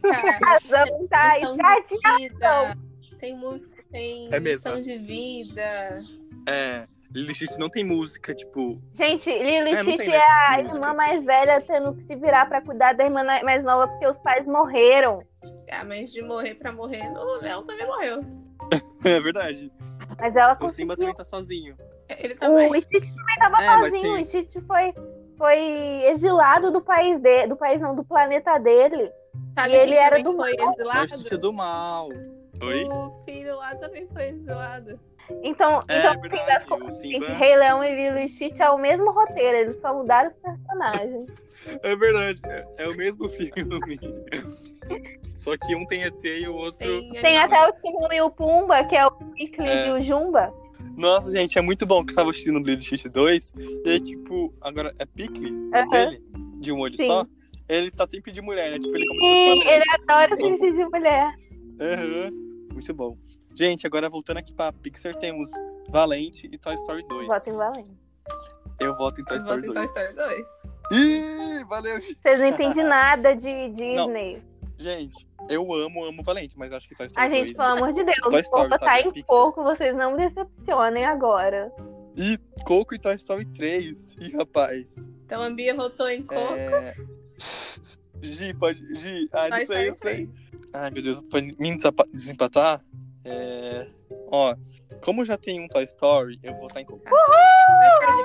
[SPEAKER 5] Vamos tá aí.
[SPEAKER 4] Missão
[SPEAKER 5] Tá, tchau.
[SPEAKER 4] tem vida, tem música, tem
[SPEAKER 3] É mesmo.
[SPEAKER 4] missão de vida.
[SPEAKER 3] É, Lilith não tem música, tipo.
[SPEAKER 5] Gente, Lilo e
[SPEAKER 3] É, não
[SPEAKER 5] Stitch
[SPEAKER 3] tem, né,
[SPEAKER 5] é a
[SPEAKER 3] música.
[SPEAKER 5] irmã mais velha tendo que se virar pra cuidar da irmã na- mais nova porque os pais morreram.
[SPEAKER 4] Ah, mas de morrer pra morrer, o Léo também morreu.
[SPEAKER 3] É verdade.
[SPEAKER 5] Mas ela
[SPEAKER 3] O Simba
[SPEAKER 5] conseguiu.
[SPEAKER 3] também tá sozinho.
[SPEAKER 4] Ele também.
[SPEAKER 5] O Stitch também tava
[SPEAKER 3] É, mas
[SPEAKER 5] sozinho.
[SPEAKER 3] tem-
[SPEAKER 5] O Stitch foi, foi exilado do país dele. Do país não, do planeta dele.
[SPEAKER 4] Sabe
[SPEAKER 5] e ele
[SPEAKER 4] quem
[SPEAKER 5] era
[SPEAKER 4] também
[SPEAKER 5] do
[SPEAKER 4] foi
[SPEAKER 3] Mas o Lilith é
[SPEAKER 4] exilado?
[SPEAKER 3] do mal. Oi?
[SPEAKER 4] O filho lá também foi exilado.
[SPEAKER 5] Então,
[SPEAKER 3] É,
[SPEAKER 5] então no fim
[SPEAKER 3] verdade,
[SPEAKER 5] das
[SPEAKER 3] o
[SPEAKER 5] contas, gente,
[SPEAKER 3] Simba-
[SPEAKER 5] Rei Leão e Lilo e Stitch é o mesmo roteiro, eles só mudaram os personagens.
[SPEAKER 3] É verdade. É, é o mesmo filme. Só que um tem ET e o outro.
[SPEAKER 4] Tem,
[SPEAKER 5] Tem até o Timon e o Pumba, que é o Pickles
[SPEAKER 3] É.
[SPEAKER 5] e o Jumba.
[SPEAKER 3] Nossa, gente, é muito bom que eu tava assistindo o Blitz 2. E aí, tipo, agora é Pickle
[SPEAKER 5] Aham.
[SPEAKER 3] dele, de um olho
[SPEAKER 5] Sim.
[SPEAKER 3] só. Ele tá sempre de mulher, né? Tipo, ele é como se fosse
[SPEAKER 5] Sim,
[SPEAKER 3] uma
[SPEAKER 5] ele adora se vestir de mulher.
[SPEAKER 3] Aham. Muito bom. Gente, agora voltando aqui pra Pixar, temos Valente e Toy Story 2.
[SPEAKER 5] Voto em Valente.
[SPEAKER 3] Eu voto em Toy
[SPEAKER 4] Eu voto
[SPEAKER 3] Story
[SPEAKER 4] em
[SPEAKER 3] 2.
[SPEAKER 4] Toy Story 2.
[SPEAKER 3] Ih, valeu, gente.
[SPEAKER 5] Vocês não entendem nada de Disney.
[SPEAKER 3] Gente, eu amo, amo Valente, mas acho que Toy Story
[SPEAKER 5] A gente,
[SPEAKER 3] 2...
[SPEAKER 5] pelo amor de Deus,
[SPEAKER 3] Toy
[SPEAKER 5] vou
[SPEAKER 3] Story,
[SPEAKER 5] botar
[SPEAKER 3] é sabe?
[SPEAKER 5] em
[SPEAKER 3] Pixar.
[SPEAKER 5] pouco, vocês não me decepcionem agora.
[SPEAKER 3] E Coco e Toy Story 3. Ih, rapaz.
[SPEAKER 4] Então a Bia votou em Coco.
[SPEAKER 3] É... Gi, pode... Gi, ah,
[SPEAKER 4] Toy
[SPEAKER 3] não sei,
[SPEAKER 4] Story
[SPEAKER 3] não sei.
[SPEAKER 4] 3.
[SPEAKER 3] Ai, meu Deus, pra me desapa- desempatar, é... Ó, como já tem um Toy Story, eu vou estar em Coco.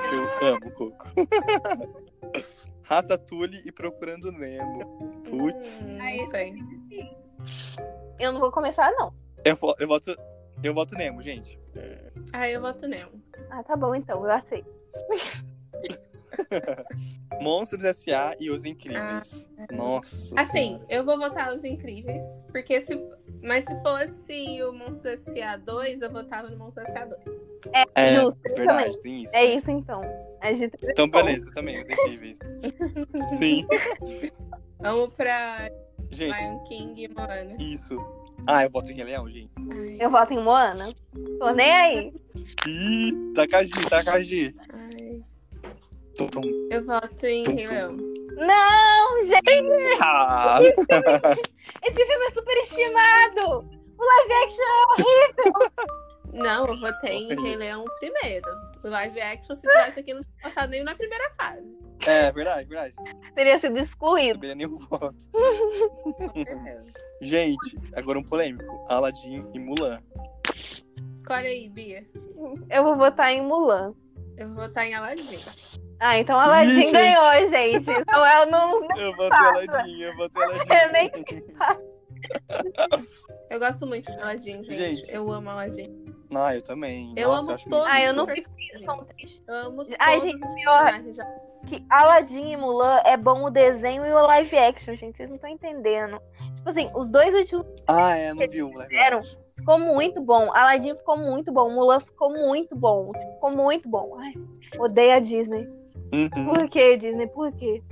[SPEAKER 3] Porque eu amo Coco. Ratatouille e Procurando Nemo. Putz.
[SPEAKER 4] Hum,
[SPEAKER 5] Aí-
[SPEAKER 4] não sei.
[SPEAKER 5] Eu não vou começar, não.
[SPEAKER 3] Eu, vo- eu voto... Eu voto Nemo, gente. É,
[SPEAKER 4] Ah, eu voto Nemo.
[SPEAKER 5] Ah, tá bom então, eu aceito.
[SPEAKER 3] Monstros S.A. e Os Incríveis.
[SPEAKER 5] Ah.
[SPEAKER 3] Nossa.
[SPEAKER 4] Assim,
[SPEAKER 3] Senhora.
[SPEAKER 4] eu vou votar os incríveis. Porque se. Mas se fosse o Monstros SA2, eu votava no Monstros SA2.
[SPEAKER 5] É,
[SPEAKER 3] É,
[SPEAKER 5] justo, também.
[SPEAKER 3] verdade, tem isso.
[SPEAKER 5] É isso então. A gente
[SPEAKER 3] Então, beleza, também, Os Incríveis. Sim.
[SPEAKER 4] Vamos pra
[SPEAKER 3] Gente,
[SPEAKER 4] Lion King e Moana.
[SPEAKER 3] isso. Ah, eu voto em Rei Leão, gente.
[SPEAKER 4] Ai,
[SPEAKER 5] Eu voto em Moana. Tô nem aí.
[SPEAKER 3] Ih, Takagi, Takagi.
[SPEAKER 4] ai.
[SPEAKER 3] Tum, tum.
[SPEAKER 4] Eu voto em Rei Leão.
[SPEAKER 5] Não, gente!
[SPEAKER 3] Ah,
[SPEAKER 5] Esse filme é superestimado! O live action é horrível!
[SPEAKER 4] Não, eu votei em
[SPEAKER 3] Horrível.
[SPEAKER 4] Rei Leão primeiro. O live action, se tivesse aqui, não tinha passado nem na primeira fase.
[SPEAKER 3] é verdade, verdade.
[SPEAKER 5] Teria sido
[SPEAKER 3] Não
[SPEAKER 5] excluído.
[SPEAKER 3] saberia nem o voto.
[SPEAKER 4] Com certeza.
[SPEAKER 3] Gente, agora um polêmico. Aladdin e Mulan.
[SPEAKER 4] Escolhe aí, Bia.
[SPEAKER 5] Eu vou votar em Mulan.
[SPEAKER 4] Eu vou votar em Aladdin.
[SPEAKER 5] Ah, então
[SPEAKER 3] Ih,
[SPEAKER 5] Aladdin
[SPEAKER 3] gente.
[SPEAKER 5] ganhou, gente. Então eu não.
[SPEAKER 3] Eu votei Aladdin, eu votei Aladdin.
[SPEAKER 5] Eu nem
[SPEAKER 4] Eu gosto muito de Aladdin, gente.
[SPEAKER 3] Gente.
[SPEAKER 4] Eu amo Aladdin.
[SPEAKER 3] Ah, eu também.
[SPEAKER 4] Eu
[SPEAKER 3] Nossa,
[SPEAKER 4] amo
[SPEAKER 3] acho
[SPEAKER 4] todos.
[SPEAKER 5] Ah, eu não
[SPEAKER 4] os
[SPEAKER 5] fico
[SPEAKER 4] personagens.
[SPEAKER 5] tão triste.
[SPEAKER 4] Eu amo todos
[SPEAKER 5] Ai, gente,
[SPEAKER 4] os
[SPEAKER 5] pior.
[SPEAKER 4] personagens. Já-
[SPEAKER 5] Que Aladdin e Mulan é bom o desenho e o live action, gente. Vocês não estão entendendo. Tipo assim, os dois últimos
[SPEAKER 3] Ah, é, não vi o live
[SPEAKER 5] fizeram.
[SPEAKER 3] action.
[SPEAKER 5] ficou muito bom. Aladdin ficou muito bom. Mulan ficou muito bom. Tipo, Ficou muito bom. Ai, odeio a Disney.
[SPEAKER 3] Uhum.
[SPEAKER 5] Por que, Disney? Por quê?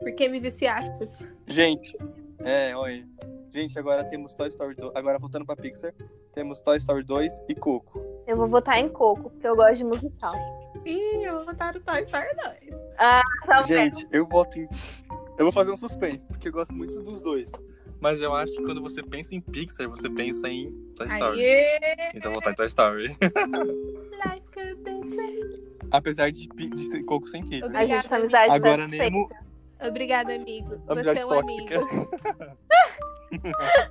[SPEAKER 4] Porque me viciastes.
[SPEAKER 3] Gente, é, olha. Gente, agora temos Toy Story 2. Agora voltando pra Pixar, temos Toy Story 2 e Coco.
[SPEAKER 5] Eu vou votar em Coco, porque eu gosto de musical.
[SPEAKER 4] Ih, eu vou votar no Toy Story 2.
[SPEAKER 5] Tá bom.
[SPEAKER 3] Gente, eu voto em. Eu vou fazer um suspense, porque eu gosto muito dos dois. Mas eu acho que quando você pensa em Pixar, você pensa em Toy Story.
[SPEAKER 4] Aê!
[SPEAKER 3] Então vou voltar em Toy Story. Apesar de, pi- de ser coco sem queijo.
[SPEAKER 5] A
[SPEAKER 4] Obrigada.
[SPEAKER 5] gente, essa amizade
[SPEAKER 3] Agora
[SPEAKER 5] deve ser.
[SPEAKER 3] Nemo,
[SPEAKER 4] Obrigada, amigo. Você
[SPEAKER 3] amizade
[SPEAKER 4] é um
[SPEAKER 3] tóxica.
[SPEAKER 4] amigo.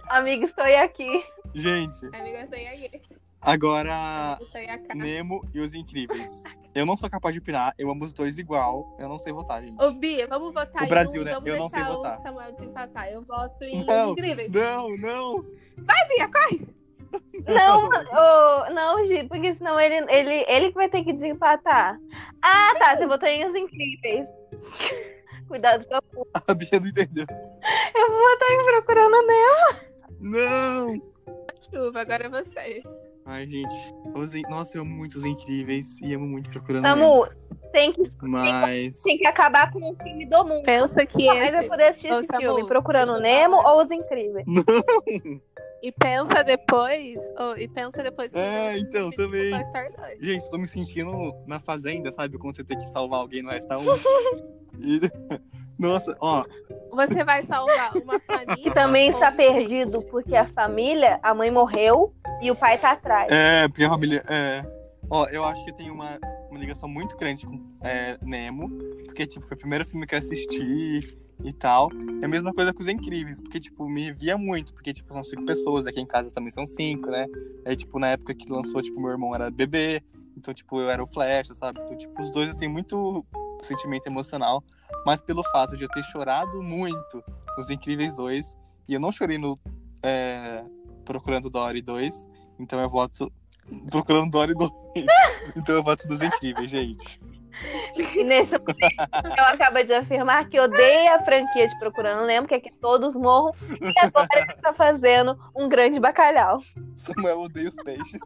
[SPEAKER 5] Amiga, estou aqui.
[SPEAKER 3] Gente,
[SPEAKER 4] Amigo, eu sei aqui.
[SPEAKER 3] agora
[SPEAKER 4] Eu sei a cara.
[SPEAKER 3] Nemo e os Incríveis. Eu não sou capaz de opinar, eu amo os dois igual, eu não sei votar, gente.
[SPEAKER 4] Ô, Bia, vamos votar
[SPEAKER 3] O
[SPEAKER 4] em
[SPEAKER 3] Brasil,
[SPEAKER 4] um
[SPEAKER 3] né?
[SPEAKER 4] e vamos
[SPEAKER 3] Eu não sei
[SPEAKER 4] deixar
[SPEAKER 3] votar.
[SPEAKER 4] o Samuel desempatar. Eu voto em
[SPEAKER 3] Não,
[SPEAKER 4] Incríveis.
[SPEAKER 3] Não, não!
[SPEAKER 5] Não, ô, não, Gi, porque senão ele, ele, ele que vai ter que desempatar. Ah, tá, você botou em os incríveis. Cuidado que eu,
[SPEAKER 3] A Bia não entendeu.
[SPEAKER 5] eu vou estar me procurando nele.
[SPEAKER 3] Não!
[SPEAKER 4] Chuva, agora é você.
[SPEAKER 3] Ai, gente. os In- Nossa, eu amo muito os Incríveis e amo muito procurando. Nemo,
[SPEAKER 5] Samu, tem que,
[SPEAKER 3] Mas.
[SPEAKER 5] tem que acabar com o filme do mundo.
[SPEAKER 4] Pensa que
[SPEAKER 5] Mas
[SPEAKER 4] esse...
[SPEAKER 5] vai poder assistir
[SPEAKER 4] Ô,
[SPEAKER 5] esse
[SPEAKER 4] Samu,
[SPEAKER 5] filme, Procurando
[SPEAKER 4] deixa eu
[SPEAKER 5] Nemo
[SPEAKER 4] falar.
[SPEAKER 5] ou Os Incríveis.
[SPEAKER 4] E pensa depois... ô, e pensa depois...
[SPEAKER 3] É, então, também.
[SPEAKER 4] Toy Story 2.
[SPEAKER 3] Gente, eu tô me sentindo na fazenda, sabe? Quando você tem que salvar alguém no resta um. E- Nossa, ó.
[SPEAKER 4] Você vai salvar uma família...
[SPEAKER 5] Que também está
[SPEAKER 4] ou- um
[SPEAKER 5] perdido porque a família, a mãe morreu e o pai tá atrás.
[SPEAKER 3] É, porque a família. É. Ó, eu acho que tem uma, uma ligação muito grande com é, Nemo. Porque, tipo, foi o primeiro filme que eu assisti e tal. É a mesma coisa com os incríveis, porque, tipo, me via muito, porque, tipo, são cinco pessoas, aqui em casa também são cinco, né? Aí, tipo, na época que lançou, tipo, meu irmão era bebê, então, tipo, eu era o Flash, sabe? Então, tipo, os dois eu tenho muito sentimento emocional, mas pelo fato de eu ter chorado muito nos Incríveis 2, e eu não chorei no é, Procurando Dory 2, então eu voto Procurando Dory 2. então eu voto dos Incríveis, gente.
[SPEAKER 5] E nesse momento, eu acabo de afirmar que odeia a franquia de Procurando Nemo, que é que todos morram. E agora ele está fazendo um grande bacalhau.
[SPEAKER 3] Samuel odeia os peixes.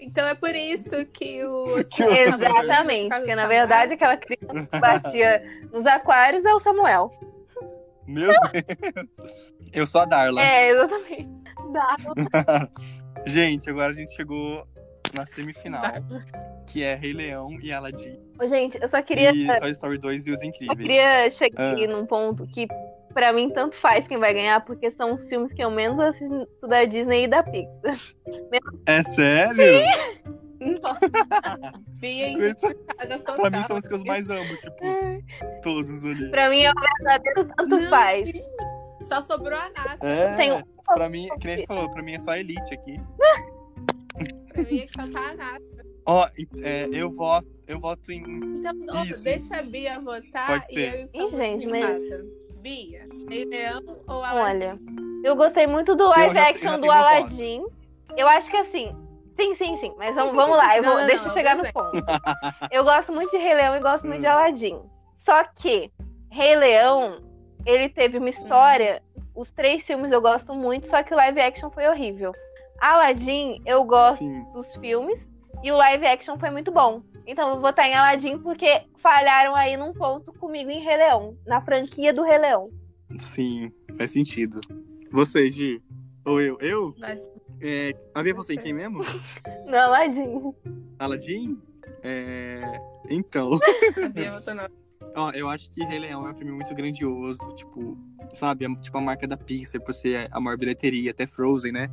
[SPEAKER 4] Então é por isso que o...
[SPEAKER 3] Que eu-
[SPEAKER 5] Exatamente, porque na verdade aquela criança que batia nos aquários é o Samuel.
[SPEAKER 3] Meu Deus. Eu sou a Darla.
[SPEAKER 5] É, exatamente. Dá.
[SPEAKER 3] Gente, agora a gente chegou na semifinal, que é Rei Leão e Aladdin.
[SPEAKER 5] Ô, Gente, eu só queria,
[SPEAKER 3] E
[SPEAKER 5] eu
[SPEAKER 3] Toy Story 2 e os Incríveis.
[SPEAKER 5] queria chegar
[SPEAKER 3] Ah.
[SPEAKER 5] aqui num ponto que pra mim tanto faz quem vai ganhar, porque são os filmes que eu menos assisto da Disney e da Pixar.
[SPEAKER 3] É sério?
[SPEAKER 4] Nossa. Bia
[SPEAKER 3] Coitado.
[SPEAKER 4] indignada total.
[SPEAKER 3] pra mim são os que eu mais amo, tipo, todos ali.
[SPEAKER 5] Pra mim é o verdadeiro tanto
[SPEAKER 4] Não,
[SPEAKER 5] faz.
[SPEAKER 4] sim. Só sobrou a nata.
[SPEAKER 3] É,
[SPEAKER 5] Tem um-
[SPEAKER 3] pra mim, que nem ele falou, pra mim é só a Elite aqui.
[SPEAKER 4] Pra mim, só tá a nata.
[SPEAKER 3] Ó, é, eu voto, eu voto em.
[SPEAKER 4] Então, ô,
[SPEAKER 3] Isso,
[SPEAKER 4] deixa a Bia votar
[SPEAKER 3] Pode
[SPEAKER 4] e
[SPEAKER 3] ser.
[SPEAKER 4] eu e o Samuel
[SPEAKER 5] Ih, gente,
[SPEAKER 4] de
[SPEAKER 5] mas-
[SPEAKER 4] mata. Bia, Rei Leão ou Aladdin?
[SPEAKER 5] Olha, eu gostei muito do live
[SPEAKER 3] já- eu já
[SPEAKER 5] action
[SPEAKER 3] tenho
[SPEAKER 5] do
[SPEAKER 3] meu voto.
[SPEAKER 5] Aladdin. Eu acho que assim. Sim, sim, sim. Mas vamos, vamos lá. Eu
[SPEAKER 4] Não,
[SPEAKER 5] vou,
[SPEAKER 4] não,
[SPEAKER 5] deixa
[SPEAKER 4] não,
[SPEAKER 5] eu chegar
[SPEAKER 4] eu
[SPEAKER 5] no ponto. Eu gosto muito de Rei Leão e gosto
[SPEAKER 3] Hum.
[SPEAKER 5] muito de Aladdin. Só que Rei Leão, ele teve uma história.
[SPEAKER 4] Hum.
[SPEAKER 5] Os três filmes eu gosto muito, só que o live action foi horrível. Aladdin, eu gosto
[SPEAKER 3] Sim.
[SPEAKER 5] dos filmes e o live action foi muito bom. Então eu vou votar em Aladdin porque falharam aí num ponto comigo em Rei Leão, na franquia do Rei Leão.
[SPEAKER 3] Sim, faz sentido. Você, Gi. Ou eu. Eu?
[SPEAKER 4] Vai ser
[SPEAKER 3] É, a Bia votou em quem mesmo?
[SPEAKER 5] No Aladdin.
[SPEAKER 3] Aladdin? É. Então.
[SPEAKER 4] a Bia votando.
[SPEAKER 3] Ó, eu acho que Rei Leão é um filme muito grandioso, tipo, sabe? É Tipo, a marca da Pixar, por ser a maior bilheteria, até Frozen, né?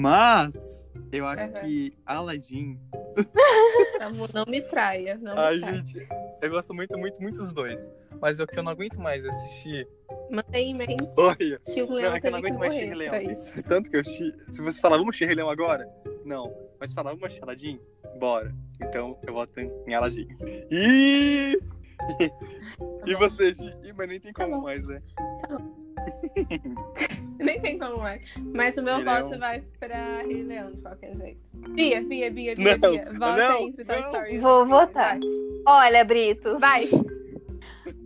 [SPEAKER 3] Mas, eu acho
[SPEAKER 4] Aham.
[SPEAKER 3] que Aladdin...
[SPEAKER 4] Samu, Tá Não me traia. Não me
[SPEAKER 3] Ai,
[SPEAKER 4] traia.
[SPEAKER 3] gente, eu gosto muito, muito, muito dos dois. Mas o que eu não aguento mais assistir...
[SPEAKER 4] Mantém em mente
[SPEAKER 3] Olha,
[SPEAKER 4] que o
[SPEAKER 3] não,
[SPEAKER 4] leão
[SPEAKER 3] é que eu não aguento
[SPEAKER 4] teve que
[SPEAKER 3] mais assistir
[SPEAKER 4] morrer
[SPEAKER 3] Rei
[SPEAKER 4] pra
[SPEAKER 3] Leão. né?
[SPEAKER 4] isso.
[SPEAKER 3] Tanto que eu assisti... Se você falar, vamos assistir Rei Leão agora? Não. Mas se falar, vamos assistir Aladdin? Bora. Então, eu voto em em Aladdin. E... E você, Gi? Ih, Mas nem tem
[SPEAKER 4] Tá
[SPEAKER 3] como
[SPEAKER 4] bom.
[SPEAKER 3] mais, né?
[SPEAKER 4] Nem tem como mais. Mas o meu
[SPEAKER 3] Rei
[SPEAKER 4] voto
[SPEAKER 3] Leão.
[SPEAKER 4] vai pra Rei Leão, de qualquer jeito. Bia, Bia, Bia, Bia,
[SPEAKER 3] Não,
[SPEAKER 4] Bia. Vota
[SPEAKER 3] não,
[SPEAKER 4] entre Toy
[SPEAKER 3] não.
[SPEAKER 4] Story. e
[SPEAKER 5] Vou
[SPEAKER 4] Incríveis,
[SPEAKER 5] votar. Olha, Brito,
[SPEAKER 4] Vai. Vai.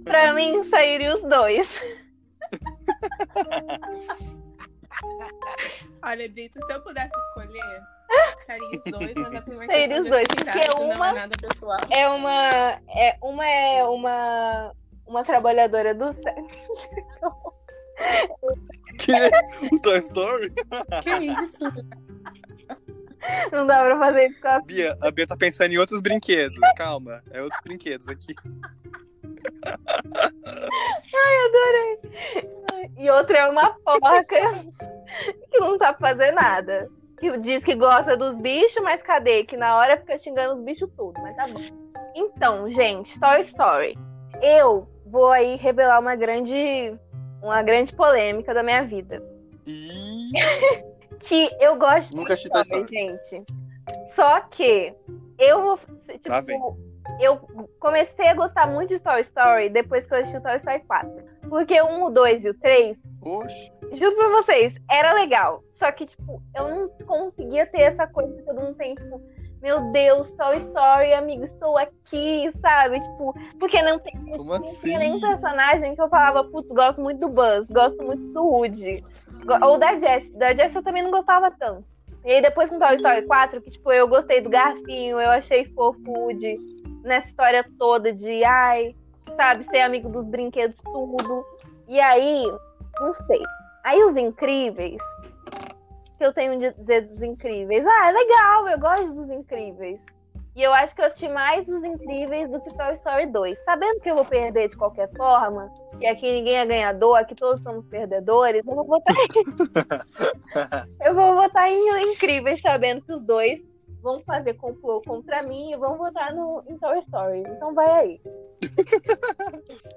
[SPEAKER 5] pra mim saíram os dois.
[SPEAKER 4] Olha, Brito, se eu pudesse escolher, seria os dois, mas a primeira
[SPEAKER 5] Seria
[SPEAKER 4] questão
[SPEAKER 5] os
[SPEAKER 4] de
[SPEAKER 5] dois,
[SPEAKER 4] afinidade,
[SPEAKER 5] porque
[SPEAKER 4] Não é
[SPEAKER 5] uma-
[SPEAKER 4] nada pessoal.
[SPEAKER 5] É uma. É, uma é uma. Uma trabalhadora do sexo.
[SPEAKER 3] Que? O Toy Story?
[SPEAKER 4] Que isso?
[SPEAKER 5] Não dá pra fazer isso com a.
[SPEAKER 3] Bia, a Bia tá pensando em outros brinquedos. Calma, é outros brinquedos aqui.
[SPEAKER 5] Ai, adorei. E outra é uma porca que não sabe fazer nada. Que diz que gosta dos bichos, mas cadê? Que na hora fica xingando os bichos tudo, mas tá bom. Então, gente, Toy Story. Eu vou aí revelar uma grande, uma grande polêmica da minha vida.
[SPEAKER 3] E...
[SPEAKER 5] Que eu gosto
[SPEAKER 3] Nunca
[SPEAKER 5] de
[SPEAKER 3] assisti Toy Story.
[SPEAKER 5] gente. Só que eu vou. Tipo,
[SPEAKER 3] Lá vem.
[SPEAKER 5] eu comecei a gostar muito de Toy Story depois que eu assisti o Toy Story 4. Porque o 1, o 2 e o 3
[SPEAKER 3] Oxe.
[SPEAKER 5] juro pra vocês, era legal. Só que, tipo, eu não conseguia ter essa coisa que todo mundo tem, tipo, meu Deus, Toy Story, amigo, estou aqui, sabe? Tipo, porque não, tem,
[SPEAKER 3] Como
[SPEAKER 5] não
[SPEAKER 3] assim?
[SPEAKER 5] tinha nenhum personagem que eu falava, putz, gosto muito do Buzz, gosto muito do Woody. Go- Ou da Jessie. Da Jessie eu também não gostava tanto. E aí depois com Toy Story 4, que, tipo, eu gostei do Garfinho, eu achei fofo o Woody nessa história toda de, ai, sabe, ser amigo dos brinquedos, tudo. E aí, não sei. Aí os incríveis. O que eu tenho de dizer dos incríveis? Ah, é legal, eu gosto dos incríveis. E eu acho que eu assisti mais dos incríveis do que Toy Story 2. Sabendo que eu vou perder de qualquer forma, e aqui ninguém é ganhador, aqui todos somos perdedores, eu vou votar em... eu vou votar em incríveis, sabendo que os dois vão fazer complô contra mim e vão votar no, em Toy Story. Então vai aí.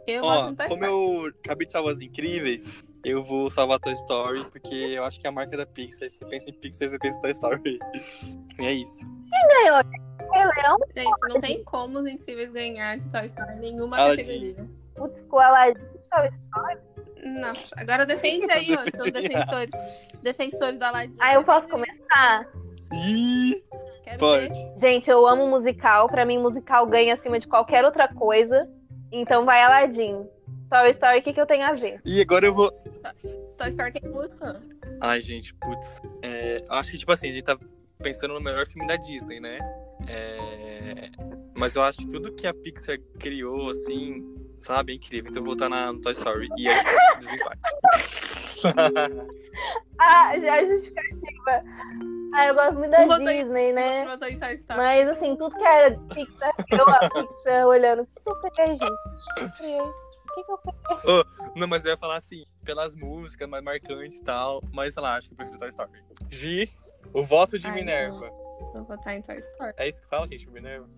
[SPEAKER 4] Eu gosto
[SPEAKER 3] Ó,
[SPEAKER 4] de Toy
[SPEAKER 3] como
[SPEAKER 4] Story.
[SPEAKER 3] eu acabei de salvar os incríveis, eu vou salvar Toy Story, porque eu acho que é a marca da Pixar. Você pensa em Pixar, você pensa em Toy Story. E é isso.
[SPEAKER 5] Rei Leão,
[SPEAKER 4] Gente, não tem como os incríveis ganhar de Toy Story em nenhuma
[SPEAKER 3] Aladdin.
[SPEAKER 4] categoria.
[SPEAKER 5] putz, ficou Aladdin, Toy Story.
[SPEAKER 4] Nossa, agora defende aí, ó, seus defensores. Defensores do Aladdin.
[SPEAKER 5] é Ah, eu posso começar?
[SPEAKER 3] Ih,
[SPEAKER 4] Quero ver.
[SPEAKER 3] pode.
[SPEAKER 5] Gente, eu amo musical. Pra mim, musical ganha acima de qualquer outra coisa. Então vai Aladdin. Toy Story, o que, que eu tenho a ver?
[SPEAKER 3] E agora eu vou.
[SPEAKER 4] Toy Story tem música.
[SPEAKER 3] Ai, gente, putz. É, eu acho que, tipo assim, a gente tá pensando no melhor filme da Disney, né? É, Mas eu acho que tudo que a Pixar criou, assim, sabe, é incrível. Então eu vou voltar na, no Toy Story e aí desempate.
[SPEAKER 5] Ah, já a justificativa. Ah, eu gosto muito da
[SPEAKER 4] Eu botei-
[SPEAKER 5] Disney, né?
[SPEAKER 4] Botou em Toy Story.
[SPEAKER 5] Mas assim, tudo que a Pixar criou, a Pixar olhando. O que, que eu criei, gente? O que eu criei? O que, que eu criei?
[SPEAKER 3] Não, mas eu ia falar assim, pelas músicas mais marcantes e tal. Mas sei lá, acho que eu prefiro Toy Story. Gi, o voto de
[SPEAKER 4] Ai,
[SPEAKER 3] Minerva.
[SPEAKER 4] Vou botar em Toy Story.
[SPEAKER 3] É isso que fala, gente, Minerva?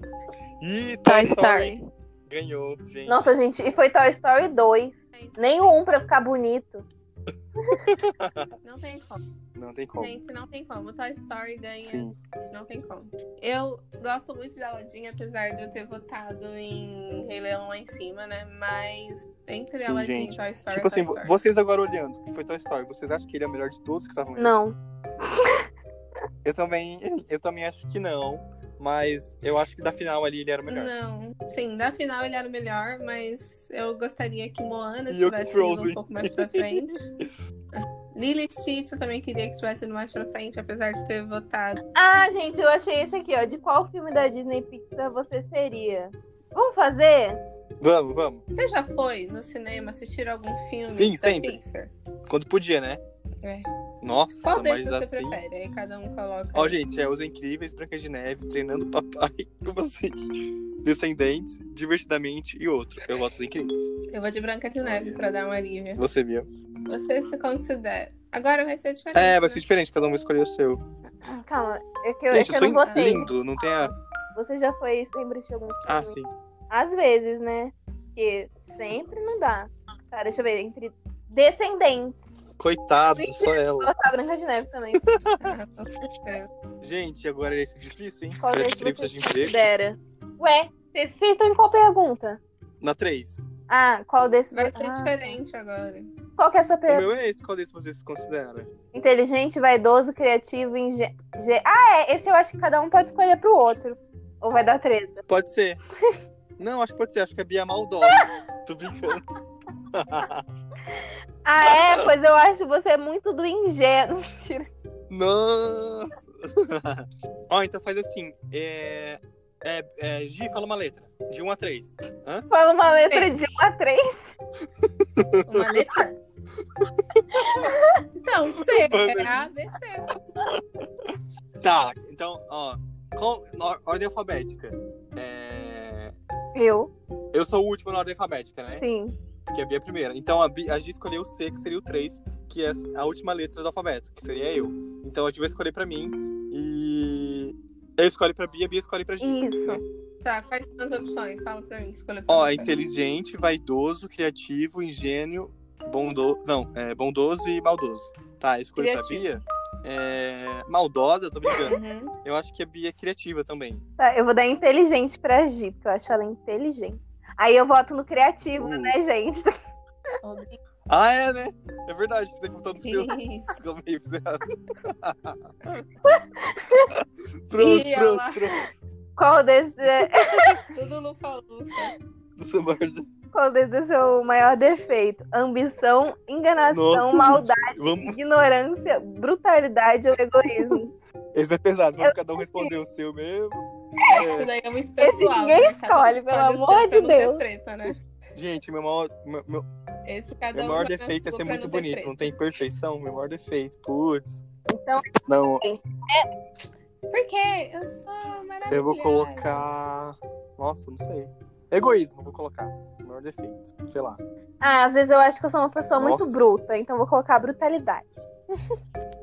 [SPEAKER 3] E Toy, Story. ganhou, gente.
[SPEAKER 5] Nossa, gente, e foi Toy Story 2. Nem o 1 pra ficar bonito.
[SPEAKER 4] Não tem como.
[SPEAKER 3] Não tem como.
[SPEAKER 4] Gente, não tem como. Toy Story ganha.
[SPEAKER 3] Sim.
[SPEAKER 4] Não tem como. Eu gosto muito de Aladdin, apesar de eu ter votado em Rei Leão lá em cima, né? Mas entre
[SPEAKER 3] Sim,
[SPEAKER 4] Aladdin
[SPEAKER 3] gente.
[SPEAKER 4] e Toy Story, é
[SPEAKER 3] Tipo
[SPEAKER 4] Toy
[SPEAKER 3] assim, vo-
[SPEAKER 4] Story.
[SPEAKER 3] vocês agora olhando, que foi Toy Story, vocês acham que ele é o melhor de todos que estavam aí?
[SPEAKER 5] Não.
[SPEAKER 3] Eu também, eu também acho que não. Mas eu acho que da final ali ele era o melhor.
[SPEAKER 4] Não. Sim, da final ele era o melhor, mas eu gostaria que Moana
[SPEAKER 3] E eu que
[SPEAKER 4] tivesse ido
[SPEAKER 3] Frozen.
[SPEAKER 4] um pouco mais pra frente. Lily Stitch eu também queria que tivesse ido mais pra frente, apesar de ter votado.
[SPEAKER 5] Ah, gente, eu achei esse aqui, ó. De qual filme da Disney Pixar você seria? Vamos fazer?
[SPEAKER 3] Vamos, vamos.
[SPEAKER 4] Você já foi no cinema assistir algum filme
[SPEAKER 3] Sim,
[SPEAKER 4] da
[SPEAKER 3] sempre.
[SPEAKER 4] Pixar?
[SPEAKER 3] Quando podia, né?
[SPEAKER 4] É.
[SPEAKER 3] Nossa,
[SPEAKER 4] Qual
[SPEAKER 3] mas
[SPEAKER 4] desses você
[SPEAKER 3] assim.
[SPEAKER 4] prefere? Aí cada um coloca.
[SPEAKER 3] Ó, gente, é Os Incríveis, Branca de Neve, Treinando Papai, como assim? Descendentes, Divertidamente e outro. Eu voto Os Incríveis.
[SPEAKER 4] Eu vou de Branca de Neve pra dar uma alívio.
[SPEAKER 3] Você viu?
[SPEAKER 4] Você se considera. Agora vai ser diferente.
[SPEAKER 3] É, vai ser
[SPEAKER 4] né?
[SPEAKER 3] diferente, cada um escolheu o seu.
[SPEAKER 5] Calma, é que eu, é
[SPEAKER 3] gente,
[SPEAKER 5] que eu
[SPEAKER 3] sou
[SPEAKER 5] não votei.
[SPEAKER 3] lindo, não tem a...
[SPEAKER 5] Você já foi sempre de algum filme?
[SPEAKER 3] Ah, sim.
[SPEAKER 5] Às vezes, né? Porque sempre não dá. Tá, deixa eu ver. Entre Descendentes.
[SPEAKER 3] Coitada, só ela.
[SPEAKER 5] Colocar Branca de Neve também.
[SPEAKER 4] Ah, com certeza.
[SPEAKER 3] Gente, agora é difícil, hein?
[SPEAKER 5] Qual
[SPEAKER 3] Parece
[SPEAKER 5] desses
[SPEAKER 3] entrevista
[SPEAKER 5] você
[SPEAKER 3] de emprego.
[SPEAKER 5] considera? Ué, vocês vocês estão em qual pergunta?
[SPEAKER 3] Na 3.
[SPEAKER 5] Ah, qual desses
[SPEAKER 4] Vai
[SPEAKER 5] você-
[SPEAKER 4] ser
[SPEAKER 5] Ah,
[SPEAKER 4] diferente agora.
[SPEAKER 5] Qual que é a sua
[SPEAKER 3] O
[SPEAKER 5] pergunta?
[SPEAKER 3] meu é esse, qual desse você se considera?
[SPEAKER 5] Inteligente, vaidoso, criativo, inge... ge- Ah, é. Esse eu acho que cada um pode escolher pro outro. Ou vai dar treta.
[SPEAKER 3] Pode ser. Não, acho que pode ser, acho que a Bia é maldosa. Tô brincando.
[SPEAKER 5] Ah, é? Pois eu acho você muito do ingênuo. Mentira.
[SPEAKER 3] Nossa! Ó, então faz assim. É... É, é, Gi, fala uma letra. De 1 a 3.
[SPEAKER 5] Fala uma
[SPEAKER 4] É.
[SPEAKER 5] letra de 1 a 3.
[SPEAKER 4] Uma letra? então, C. É A, B, C.
[SPEAKER 3] Tá, então, ó. Qual, na ordem alfabética. É...
[SPEAKER 5] Eu,
[SPEAKER 3] Eu sou o último na ordem alfabética, né?
[SPEAKER 5] sim.
[SPEAKER 3] que a Bia é a primeira. Então a, Bia, a gente escolheu o C, que seria o 3, que é a última letra do alfabeto, que seria eu. Então a gente vai escolher pra mim e. Eu escolho pra Bia, a Bia escolhe pra gente.
[SPEAKER 5] Isso.
[SPEAKER 3] né?
[SPEAKER 4] Tá, quais são as opções? Fala pra mim, escolha pra
[SPEAKER 3] Ó,
[SPEAKER 4] você.
[SPEAKER 3] inteligente, vaidoso, criativo, ingênuo, bondoso. Não, é bondoso e maldoso. Tá, eu escolho pra
[SPEAKER 4] Criativo.
[SPEAKER 3] Bia. É, maldosa, tô brincando.
[SPEAKER 4] Uhum.
[SPEAKER 3] Eu acho que a Bia é criativa também.
[SPEAKER 5] Tá, eu vou dar inteligente pra Gi, porque eu acho ela inteligente. Aí eu voto no criativo,
[SPEAKER 3] Uh.
[SPEAKER 5] né, gente?
[SPEAKER 3] Ah, é, né? É verdade, você tem que botar no seu. né?
[SPEAKER 4] Isso.
[SPEAKER 3] Ficou meio bizarro. Trouxe,
[SPEAKER 4] Ih, olha lá.
[SPEAKER 3] trouxe, trouxe.
[SPEAKER 5] Qual é, desse,
[SPEAKER 4] Tudo no falou.
[SPEAKER 3] Do seu Marcos.
[SPEAKER 5] qual desse é o seu maior defeito? Ambição, enganação,
[SPEAKER 3] Nossa, gente.
[SPEAKER 5] maldade,
[SPEAKER 3] Vamos.
[SPEAKER 5] ignorância, brutalidade ou egoísmo?
[SPEAKER 3] Esse é pesado, vamos cada um responder o seu mesmo. É,
[SPEAKER 4] Isso daí é muito pessoal.
[SPEAKER 5] ninguém
[SPEAKER 4] né? Cada um
[SPEAKER 5] escolhe, pelo
[SPEAKER 4] escolhe o
[SPEAKER 5] amor
[SPEAKER 4] seu
[SPEAKER 5] de
[SPEAKER 4] pra não ter
[SPEAKER 5] Deus.
[SPEAKER 4] Treta, né?
[SPEAKER 3] gente, meu maior, meu, meu-
[SPEAKER 4] Esse cada
[SPEAKER 3] meu
[SPEAKER 4] um
[SPEAKER 3] maior
[SPEAKER 4] vai
[SPEAKER 3] defeito é
[SPEAKER 4] na
[SPEAKER 3] ser
[SPEAKER 4] sua pra
[SPEAKER 3] muito
[SPEAKER 4] não ter
[SPEAKER 3] bonito,
[SPEAKER 4] treta.
[SPEAKER 3] não tem perfeição, meu maior defeito. Putz.
[SPEAKER 5] Então,
[SPEAKER 3] Não,
[SPEAKER 4] Por quê? Eu sou maravilhosa.
[SPEAKER 3] eu vou colocar. Nossa, não sei. Egoísmo, vou colocar. Meu Maior defeito. Sei lá.
[SPEAKER 5] ah, às vezes eu acho que eu sou uma pessoa muito
[SPEAKER 3] Nossa. É,
[SPEAKER 5] bruta, então eu vou colocar brutalidade.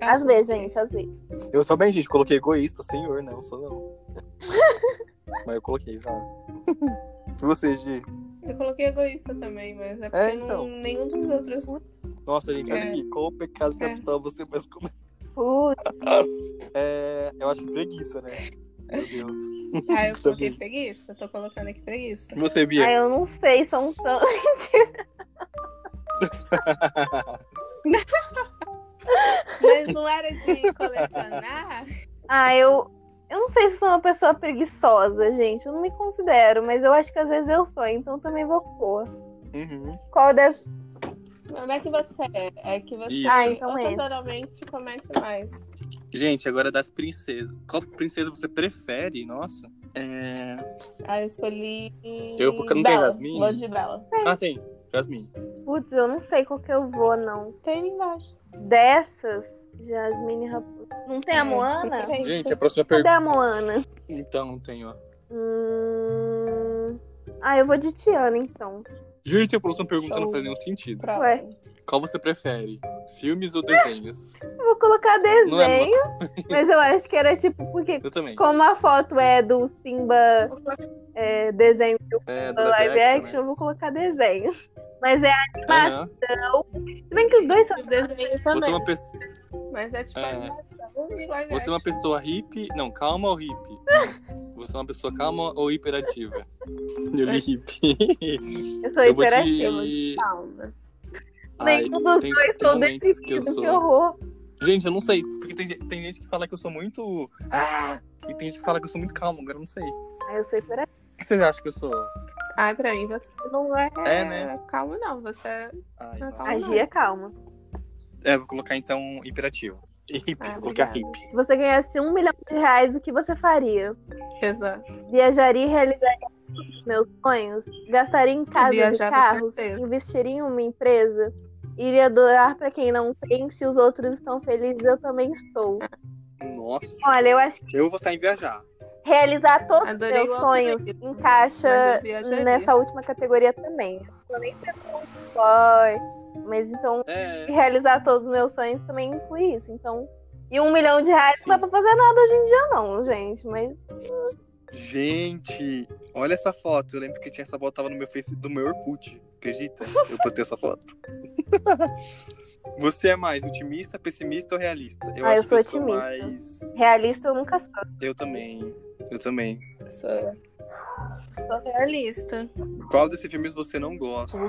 [SPEAKER 4] Ah,
[SPEAKER 5] Às vezes, gente, às vezes.
[SPEAKER 3] Eu também, gente, coloquei egoísta, senhor, não, sou não. Mas eu coloquei, sabe? E você, Gi?
[SPEAKER 4] Eu coloquei egoísta também, mas é porque
[SPEAKER 3] É, então.
[SPEAKER 4] não- nenhum dos outros. Ah,
[SPEAKER 3] Nossa, gente, olha
[SPEAKER 4] É.
[SPEAKER 3] aqui. Qual o pecado
[SPEAKER 4] É.
[SPEAKER 3] capital você mais comete?
[SPEAKER 5] Putz,
[SPEAKER 3] É, eu acho que preguiça, né? Meu Deus.
[SPEAKER 4] Ah, eu coloquei
[SPEAKER 3] Também.
[SPEAKER 4] preguiça? Tô colocando aqui preguiça.
[SPEAKER 3] E você, Bia?
[SPEAKER 5] aí eu não sei, são tão.
[SPEAKER 4] Mas não era de colecionar?
[SPEAKER 5] Ah, eu. Eu não sei se sou uma pessoa preguiçosa, gente. Eu não me considero, mas eu acho que às vezes eu sou, então também vou pôr.
[SPEAKER 3] Uhum.
[SPEAKER 5] Qual das.
[SPEAKER 4] Não é que você é, é que você
[SPEAKER 3] Isso.
[SPEAKER 5] Ah, então é.
[SPEAKER 4] ocasionalmente comete mais.
[SPEAKER 3] Gente, agora das princesas. Qual princesa você prefere? Nossa. É...
[SPEAKER 4] Ah, eu escolhi.
[SPEAKER 3] Eu vou- não tem
[SPEAKER 4] Bela.
[SPEAKER 3] Jasmine?
[SPEAKER 4] Vou de Bela.
[SPEAKER 3] Ah, tem. Jasmine.
[SPEAKER 5] Putz, eu não sei qual que eu vou, não.
[SPEAKER 4] Tem ali embaixo.
[SPEAKER 5] Dessas, Jasmine Raposo. Não tem a Moana?
[SPEAKER 4] É,
[SPEAKER 3] Gente,
[SPEAKER 4] isso.
[SPEAKER 3] a próxima
[SPEAKER 5] Cadê
[SPEAKER 3] pergunta.
[SPEAKER 5] a Moana?
[SPEAKER 3] Então, tem, ó.
[SPEAKER 5] Hum... Ah, eu vou de Tiana, então.
[SPEAKER 3] Gente, a próxima pergunta
[SPEAKER 4] Show.
[SPEAKER 3] não faz nenhum sentido.
[SPEAKER 4] Próximo.
[SPEAKER 3] Qual você prefere? Filmes ou desenhos?
[SPEAKER 5] Eu vou colocar
[SPEAKER 3] Não é
[SPEAKER 5] desenho, mas eu acho que era tipo, porque
[SPEAKER 3] Eu também.
[SPEAKER 5] como a foto é do Simba
[SPEAKER 4] Vou colocar
[SPEAKER 5] é, desenho
[SPEAKER 3] É, do
[SPEAKER 5] do live action, eu vou colocar desenho. Mas é.
[SPEAKER 3] Aham.
[SPEAKER 5] Se bem que os dois são.
[SPEAKER 4] o desenho
[SPEAKER 3] Você, é
[SPEAKER 4] também.
[SPEAKER 3] uma pessoa,
[SPEAKER 4] Mas é tipo
[SPEAKER 3] É.
[SPEAKER 4] animação e live
[SPEAKER 3] você é
[SPEAKER 4] action.
[SPEAKER 3] uma pessoa hippie. Não, calma ou hippie? Você é uma pessoa calma ou hiperativa? Eu li hippie.
[SPEAKER 5] Eu sou
[SPEAKER 3] Eu vou
[SPEAKER 5] hiperativa.
[SPEAKER 3] te.
[SPEAKER 4] Calma.
[SPEAKER 3] Ai,
[SPEAKER 5] Nenhum dos
[SPEAKER 3] tem-
[SPEAKER 5] dois
[SPEAKER 3] tem
[SPEAKER 5] sou
[SPEAKER 3] momentos que eu
[SPEAKER 5] decidido, que,
[SPEAKER 3] sou.
[SPEAKER 5] horror.
[SPEAKER 3] Gente, eu não sei. Porque tem, gente- tem gente que fala que eu sou muito. Ah! E tem gente que fala que eu sou muito calmo, agora eu não sei. O
[SPEAKER 5] Ah, eu sou hiperativa.
[SPEAKER 3] que vocês acham que eu sou?
[SPEAKER 4] Ah, pra mim você não é,
[SPEAKER 3] É, né?
[SPEAKER 4] calmo, não. Você é.
[SPEAKER 3] Ai,
[SPEAKER 4] Ah,
[SPEAKER 3] nossa.
[SPEAKER 5] A
[SPEAKER 4] calma.
[SPEAKER 5] Gi é calma.
[SPEAKER 3] É, vou colocar então hiperativo. Hippie,
[SPEAKER 4] Ah,
[SPEAKER 3] vou colocar
[SPEAKER 4] obrigada.
[SPEAKER 3] hippie.
[SPEAKER 5] Se você ganhasse um milhão de reais, o que você faria?
[SPEAKER 4] Exato.
[SPEAKER 5] Viajaria e realizaria meus sonhos? Gastaria em casas e
[SPEAKER 4] Viajar, com
[SPEAKER 5] carros?
[SPEAKER 4] certeza.
[SPEAKER 5] Investiria em uma empresa? Iria doar pra quem não tem? Se os outros estão felizes, eu também estou.
[SPEAKER 3] Nossa.
[SPEAKER 5] Olha, eu acho que
[SPEAKER 3] Eu vou estar em viajar.
[SPEAKER 5] realizar todos os
[SPEAKER 4] Adorei
[SPEAKER 5] meus
[SPEAKER 4] o
[SPEAKER 5] sonhos
[SPEAKER 4] algoritmo, mas
[SPEAKER 5] encaixa
[SPEAKER 4] eu viajaria.
[SPEAKER 5] nessa última categoria também. Eu nem pensando em boy, mas então
[SPEAKER 3] É.
[SPEAKER 5] E realizar todos os meus sonhos também inclui isso. Então, e um milhão de reais
[SPEAKER 3] Sim.
[SPEAKER 5] não dá pra fazer nada hoje em dia, não, gente. Mas
[SPEAKER 3] Gente, olha essa foto. Eu lembro que tinha essa foto, tava no meu Face, do meu Orkut. Acredita? Eu postei essa foto. Você é mais otimista, pessimista ou realista?
[SPEAKER 5] Ah, eu sou
[SPEAKER 3] que
[SPEAKER 5] otimista.
[SPEAKER 3] mais-
[SPEAKER 5] realista eu nunca sou.
[SPEAKER 3] Eu também. Eu também.
[SPEAKER 4] Sou, sou realista.
[SPEAKER 3] Qual desses filmes você não gosta?
[SPEAKER 5] Uhum.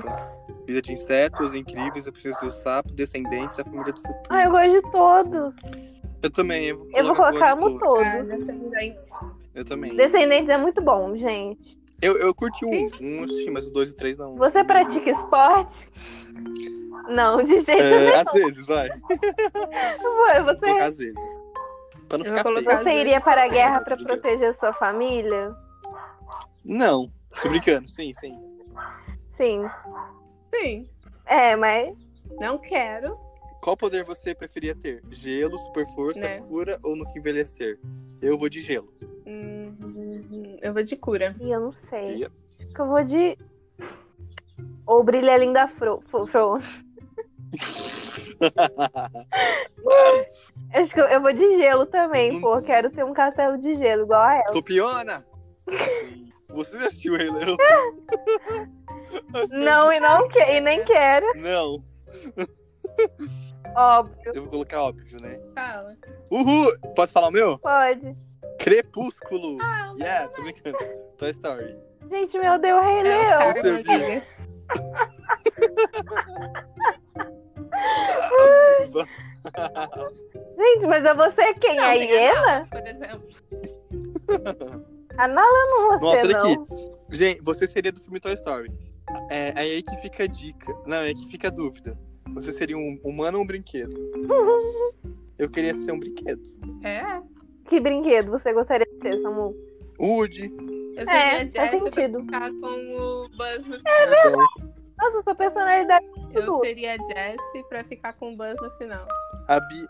[SPEAKER 3] Vida de Insetos, Os Incríveis, A Princesa do Sapo, Descendentes, A Família do Futuro.
[SPEAKER 5] Ah, eu gosto de todos.
[SPEAKER 3] Eu também. Eu vou
[SPEAKER 5] Eu vou
[SPEAKER 3] colocar
[SPEAKER 5] colocar
[SPEAKER 3] Boa de
[SPEAKER 5] amo
[SPEAKER 3] Todos.
[SPEAKER 4] Ah,
[SPEAKER 5] todos.
[SPEAKER 4] descendentes.
[SPEAKER 3] Eu também.
[SPEAKER 5] Descendentes é muito bom, gente.
[SPEAKER 3] Eu, eu curti um, um eu assisti, mas o dois e o três não.
[SPEAKER 5] Você pratica esporte? Não, de jeito nenhum.
[SPEAKER 3] É, às vezes, vai. Vou
[SPEAKER 5] Você,
[SPEAKER 3] colocar às vezes. Pra não
[SPEAKER 4] Eu vou
[SPEAKER 3] ficar
[SPEAKER 4] colocar-
[SPEAKER 3] feio.
[SPEAKER 5] você iria para a guerra pra proteger sua família?
[SPEAKER 3] Não. Tô brincando, sim, sim.
[SPEAKER 5] Sim.
[SPEAKER 4] Sim.
[SPEAKER 5] É, mas
[SPEAKER 4] Não quero.
[SPEAKER 3] Qual poder você preferia ter? Gelo, super força,
[SPEAKER 4] Né.
[SPEAKER 3] cura ou nunca envelhecer? Eu vou de gelo.
[SPEAKER 4] Hum, eu vou de cura.
[SPEAKER 5] Ih, eu não sei.
[SPEAKER 3] Ia.
[SPEAKER 5] Acho que eu vou de. Ou Brilha Linda Fro. Fro- Fro. Acho que eu, eu vou de gelo também, pô. Quero ter um castelo de gelo igual a ela.
[SPEAKER 3] Copiona! Você já assistiu Rei Leão?
[SPEAKER 5] Não, e não que, e nem quero.
[SPEAKER 3] Não.
[SPEAKER 5] Óbvio,
[SPEAKER 3] Eu vou colocar óbvio, né?
[SPEAKER 4] Fala.
[SPEAKER 3] Uhul! Posso falar o meu?
[SPEAKER 5] pode.
[SPEAKER 3] Crepúsculo!
[SPEAKER 4] Ah,
[SPEAKER 3] yeah, tô brincando. Toy Story.
[SPEAKER 5] Gente, meu Deus, Rei
[SPEAKER 4] É o
[SPEAKER 5] Leão.
[SPEAKER 4] Carmo, diga.
[SPEAKER 5] Gente, mas eu vou ser quem? É
[SPEAKER 4] Não,
[SPEAKER 5] a
[SPEAKER 4] tem a
[SPEAKER 5] hiena?
[SPEAKER 4] Por exemplo.
[SPEAKER 5] A Nala não
[SPEAKER 3] Nossa,
[SPEAKER 5] é você
[SPEAKER 3] olha
[SPEAKER 5] não.
[SPEAKER 3] Gente, você seria do filme Toy Story. É, é aí que fica a dica. Não, é aí que fica a dúvida. Você seria um humano ou um brinquedo? Eu queria ser um brinquedo.
[SPEAKER 4] É.
[SPEAKER 5] Que brinquedo você gostaria de ser, Samu?
[SPEAKER 3] Woody.
[SPEAKER 4] Eu seria
[SPEAKER 5] É,
[SPEAKER 4] a
[SPEAKER 5] faz
[SPEAKER 4] Jessie pra
[SPEAKER 5] sentido.
[SPEAKER 4] ficar com o Buzz no
[SPEAKER 5] Nossa, sua personalidade é
[SPEAKER 4] Eu
[SPEAKER 5] tudo.
[SPEAKER 4] seria a Jessie pra ficar com o Buzz no final.
[SPEAKER 3] A Bia.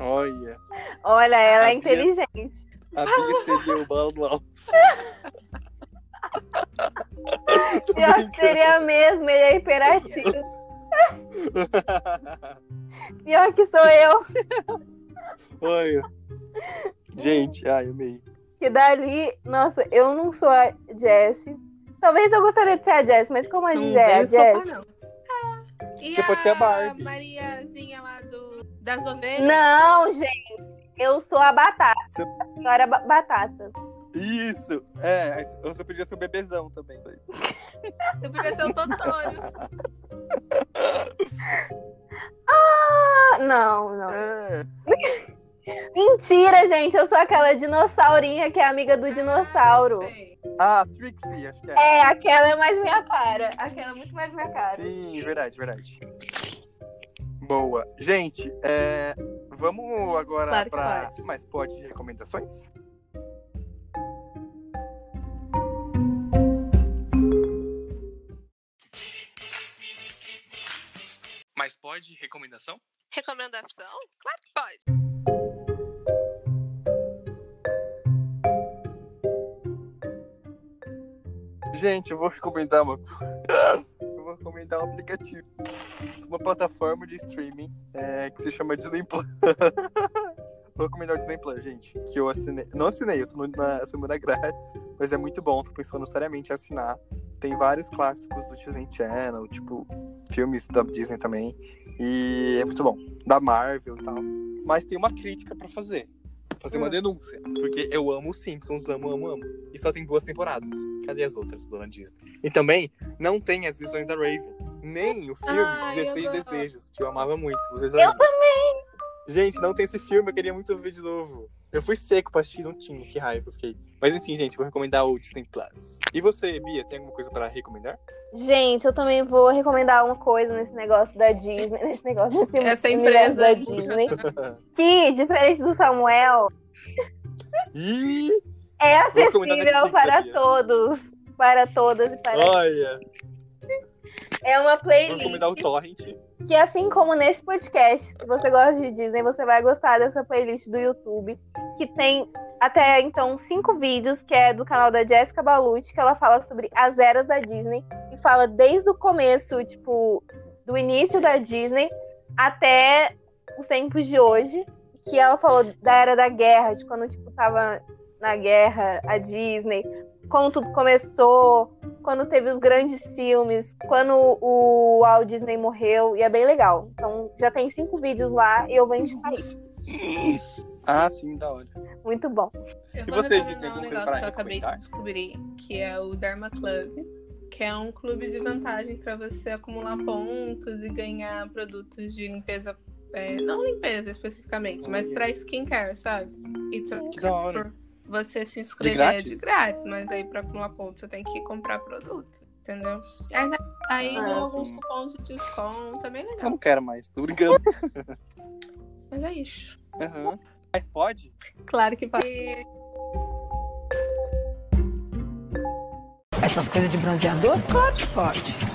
[SPEAKER 3] Olha.
[SPEAKER 5] Olha,
[SPEAKER 4] Ah,
[SPEAKER 5] ela é
[SPEAKER 3] Sabia.
[SPEAKER 5] inteligente.
[SPEAKER 3] A Bia seria o balo no alto.
[SPEAKER 5] Pior que seria mesmo, ele é hiperativo. Pior que sou eu.
[SPEAKER 3] Olha. Gente, ai, amei.
[SPEAKER 5] Que dali, nossa, eu não sou a Jessie. Talvez eu gostaria de ser a Jessie, mas como a
[SPEAKER 4] Não
[SPEAKER 5] Jé- a
[SPEAKER 4] deve topar,
[SPEAKER 5] Jessie.
[SPEAKER 4] não. Ah, E
[SPEAKER 3] Você pode ser a Barbie.
[SPEAKER 4] Mariazinha lá do, das ovelhas.
[SPEAKER 5] Não, gente. Eu sou a batata.
[SPEAKER 3] Você-
[SPEAKER 5] A senhora ba- batata.
[SPEAKER 3] Isso. É, você podia ser o bebezão também.
[SPEAKER 4] Eu podia ser um o Totônio.
[SPEAKER 5] Ah, não, não.
[SPEAKER 3] É.
[SPEAKER 5] Mentira, gente. Eu sou aquela dinossaurinha que é amiga do dinossauro.
[SPEAKER 4] Ah, sei.
[SPEAKER 3] Ah, Trixie, acho que é.
[SPEAKER 5] É, aquela é mais minha cara. Aquela é muito mais minha cara.
[SPEAKER 3] Sim, verdade, verdade. Boa. Gente, é, vamos agora
[SPEAKER 4] Claro que
[SPEAKER 3] para
[SPEAKER 4] pode.
[SPEAKER 3] mais pode de recomendações?
[SPEAKER 6] Mas pode recomendação?
[SPEAKER 4] Recomendação? Claro que pode.
[SPEAKER 3] Gente, eu vou recomendar uma co- Eu vou recomendar um aplicativo. Uma plataforma de streaming é, que se chama Disney Plus. vou recomendar o Disney Plus, gente. Que eu assinei. Não assinei, eu tô no- na semana grátis. Mas é muito bom, tô pensando seriamente em assinar. Tem vários clássicos do Disney Channel, tipo, filmes da Disney também. E é muito bom. Da Marvel e tal. Mas tem uma crítica pra fazer. Fazer uma
[SPEAKER 5] Hum.
[SPEAKER 3] denúncia. Porque eu amo os Simpsons, amo, amo, amo. E só tem duas temporadas. Cadê as outras, dona Disney? E também não tem as visões da Raven. Nem o filme
[SPEAKER 4] Ai,
[SPEAKER 3] 16
[SPEAKER 4] eu gosto.
[SPEAKER 3] Desejos, que eu amava muito. Vocês
[SPEAKER 5] Eu
[SPEAKER 3] amam? Gente, não tem esse filme, eu queria muito ver de novo. Eu fui seco pra assistir, não tinha, que raiva que eu fiquei. Mas enfim, gente, vou recomendar o Disney Plus. E você, Bia, tem alguma coisa pra recomendar?
[SPEAKER 5] Gente, eu também vou recomendar uma coisa nesse negócio da Disney. Nesse negócio, nesse
[SPEAKER 3] é
[SPEAKER 4] Essa
[SPEAKER 5] universo
[SPEAKER 4] empresa.
[SPEAKER 3] né?
[SPEAKER 5] da
[SPEAKER 4] né?
[SPEAKER 5] Disney. Que, diferente do Samuel,
[SPEAKER 3] Ih,
[SPEAKER 5] É
[SPEAKER 3] Vou recomendar
[SPEAKER 5] acessível
[SPEAKER 3] Netflix,
[SPEAKER 5] para
[SPEAKER 3] sabia?
[SPEAKER 5] todos. Para todas e para.
[SPEAKER 3] olha,
[SPEAKER 5] É uma
[SPEAKER 3] vou
[SPEAKER 5] playlist
[SPEAKER 3] recomendar o Torrent.
[SPEAKER 5] que, assim como nesse podcast, se você gosta de Disney, você vai gostar dessa playlist do YouTube, que tem até então cinco vídeos, que é do canal da Jessica Balucci, que ela fala sobre as eras da Disney e fala desde o começo, tipo, do início da Disney até os tempos de hoje, que ela falou da era da guerra, de quando, tipo, tava na guerra a Disney, como tudo começou, quando teve os grandes filmes, quando o Walt Disney morreu, e é bem legal. Então, já tem cinco vídeos lá e eu vou indicar isso.
[SPEAKER 3] Ah, sim, da hora.
[SPEAKER 5] Muito bom.
[SPEAKER 4] Eu
[SPEAKER 3] E
[SPEAKER 4] vou
[SPEAKER 3] vocês, gente, tem alguma coisa
[SPEAKER 4] recomendar um negócio
[SPEAKER 3] pra
[SPEAKER 4] que eu acabei de
[SPEAKER 3] recomendar?
[SPEAKER 4] descobrir, que é o Dharma Club, que é um clube de vantagens pra você acumular pontos e ganhar produtos de limpeza, é, não limpeza especificamente, mas
[SPEAKER 3] Olha.
[SPEAKER 4] pra skincare, sabe? E trocar
[SPEAKER 3] Que da hora.
[SPEAKER 4] por você se inscrever é
[SPEAKER 3] grátis?
[SPEAKER 4] de grátis, mas aí pra acumular pontos você tem que comprar produto, entendeu? Aí, né, aí
[SPEAKER 3] Ah, sim.
[SPEAKER 4] ganhou
[SPEAKER 3] Então
[SPEAKER 4] alguns cupons de desconto, é bem
[SPEAKER 3] Eu
[SPEAKER 4] legal.
[SPEAKER 3] não quero mais, tô brincando.
[SPEAKER 4] Mas é isso.
[SPEAKER 3] Aham. Mas pode?
[SPEAKER 4] Claro que pode.
[SPEAKER 2] Essas coisas de bronzeador? Claro que pode.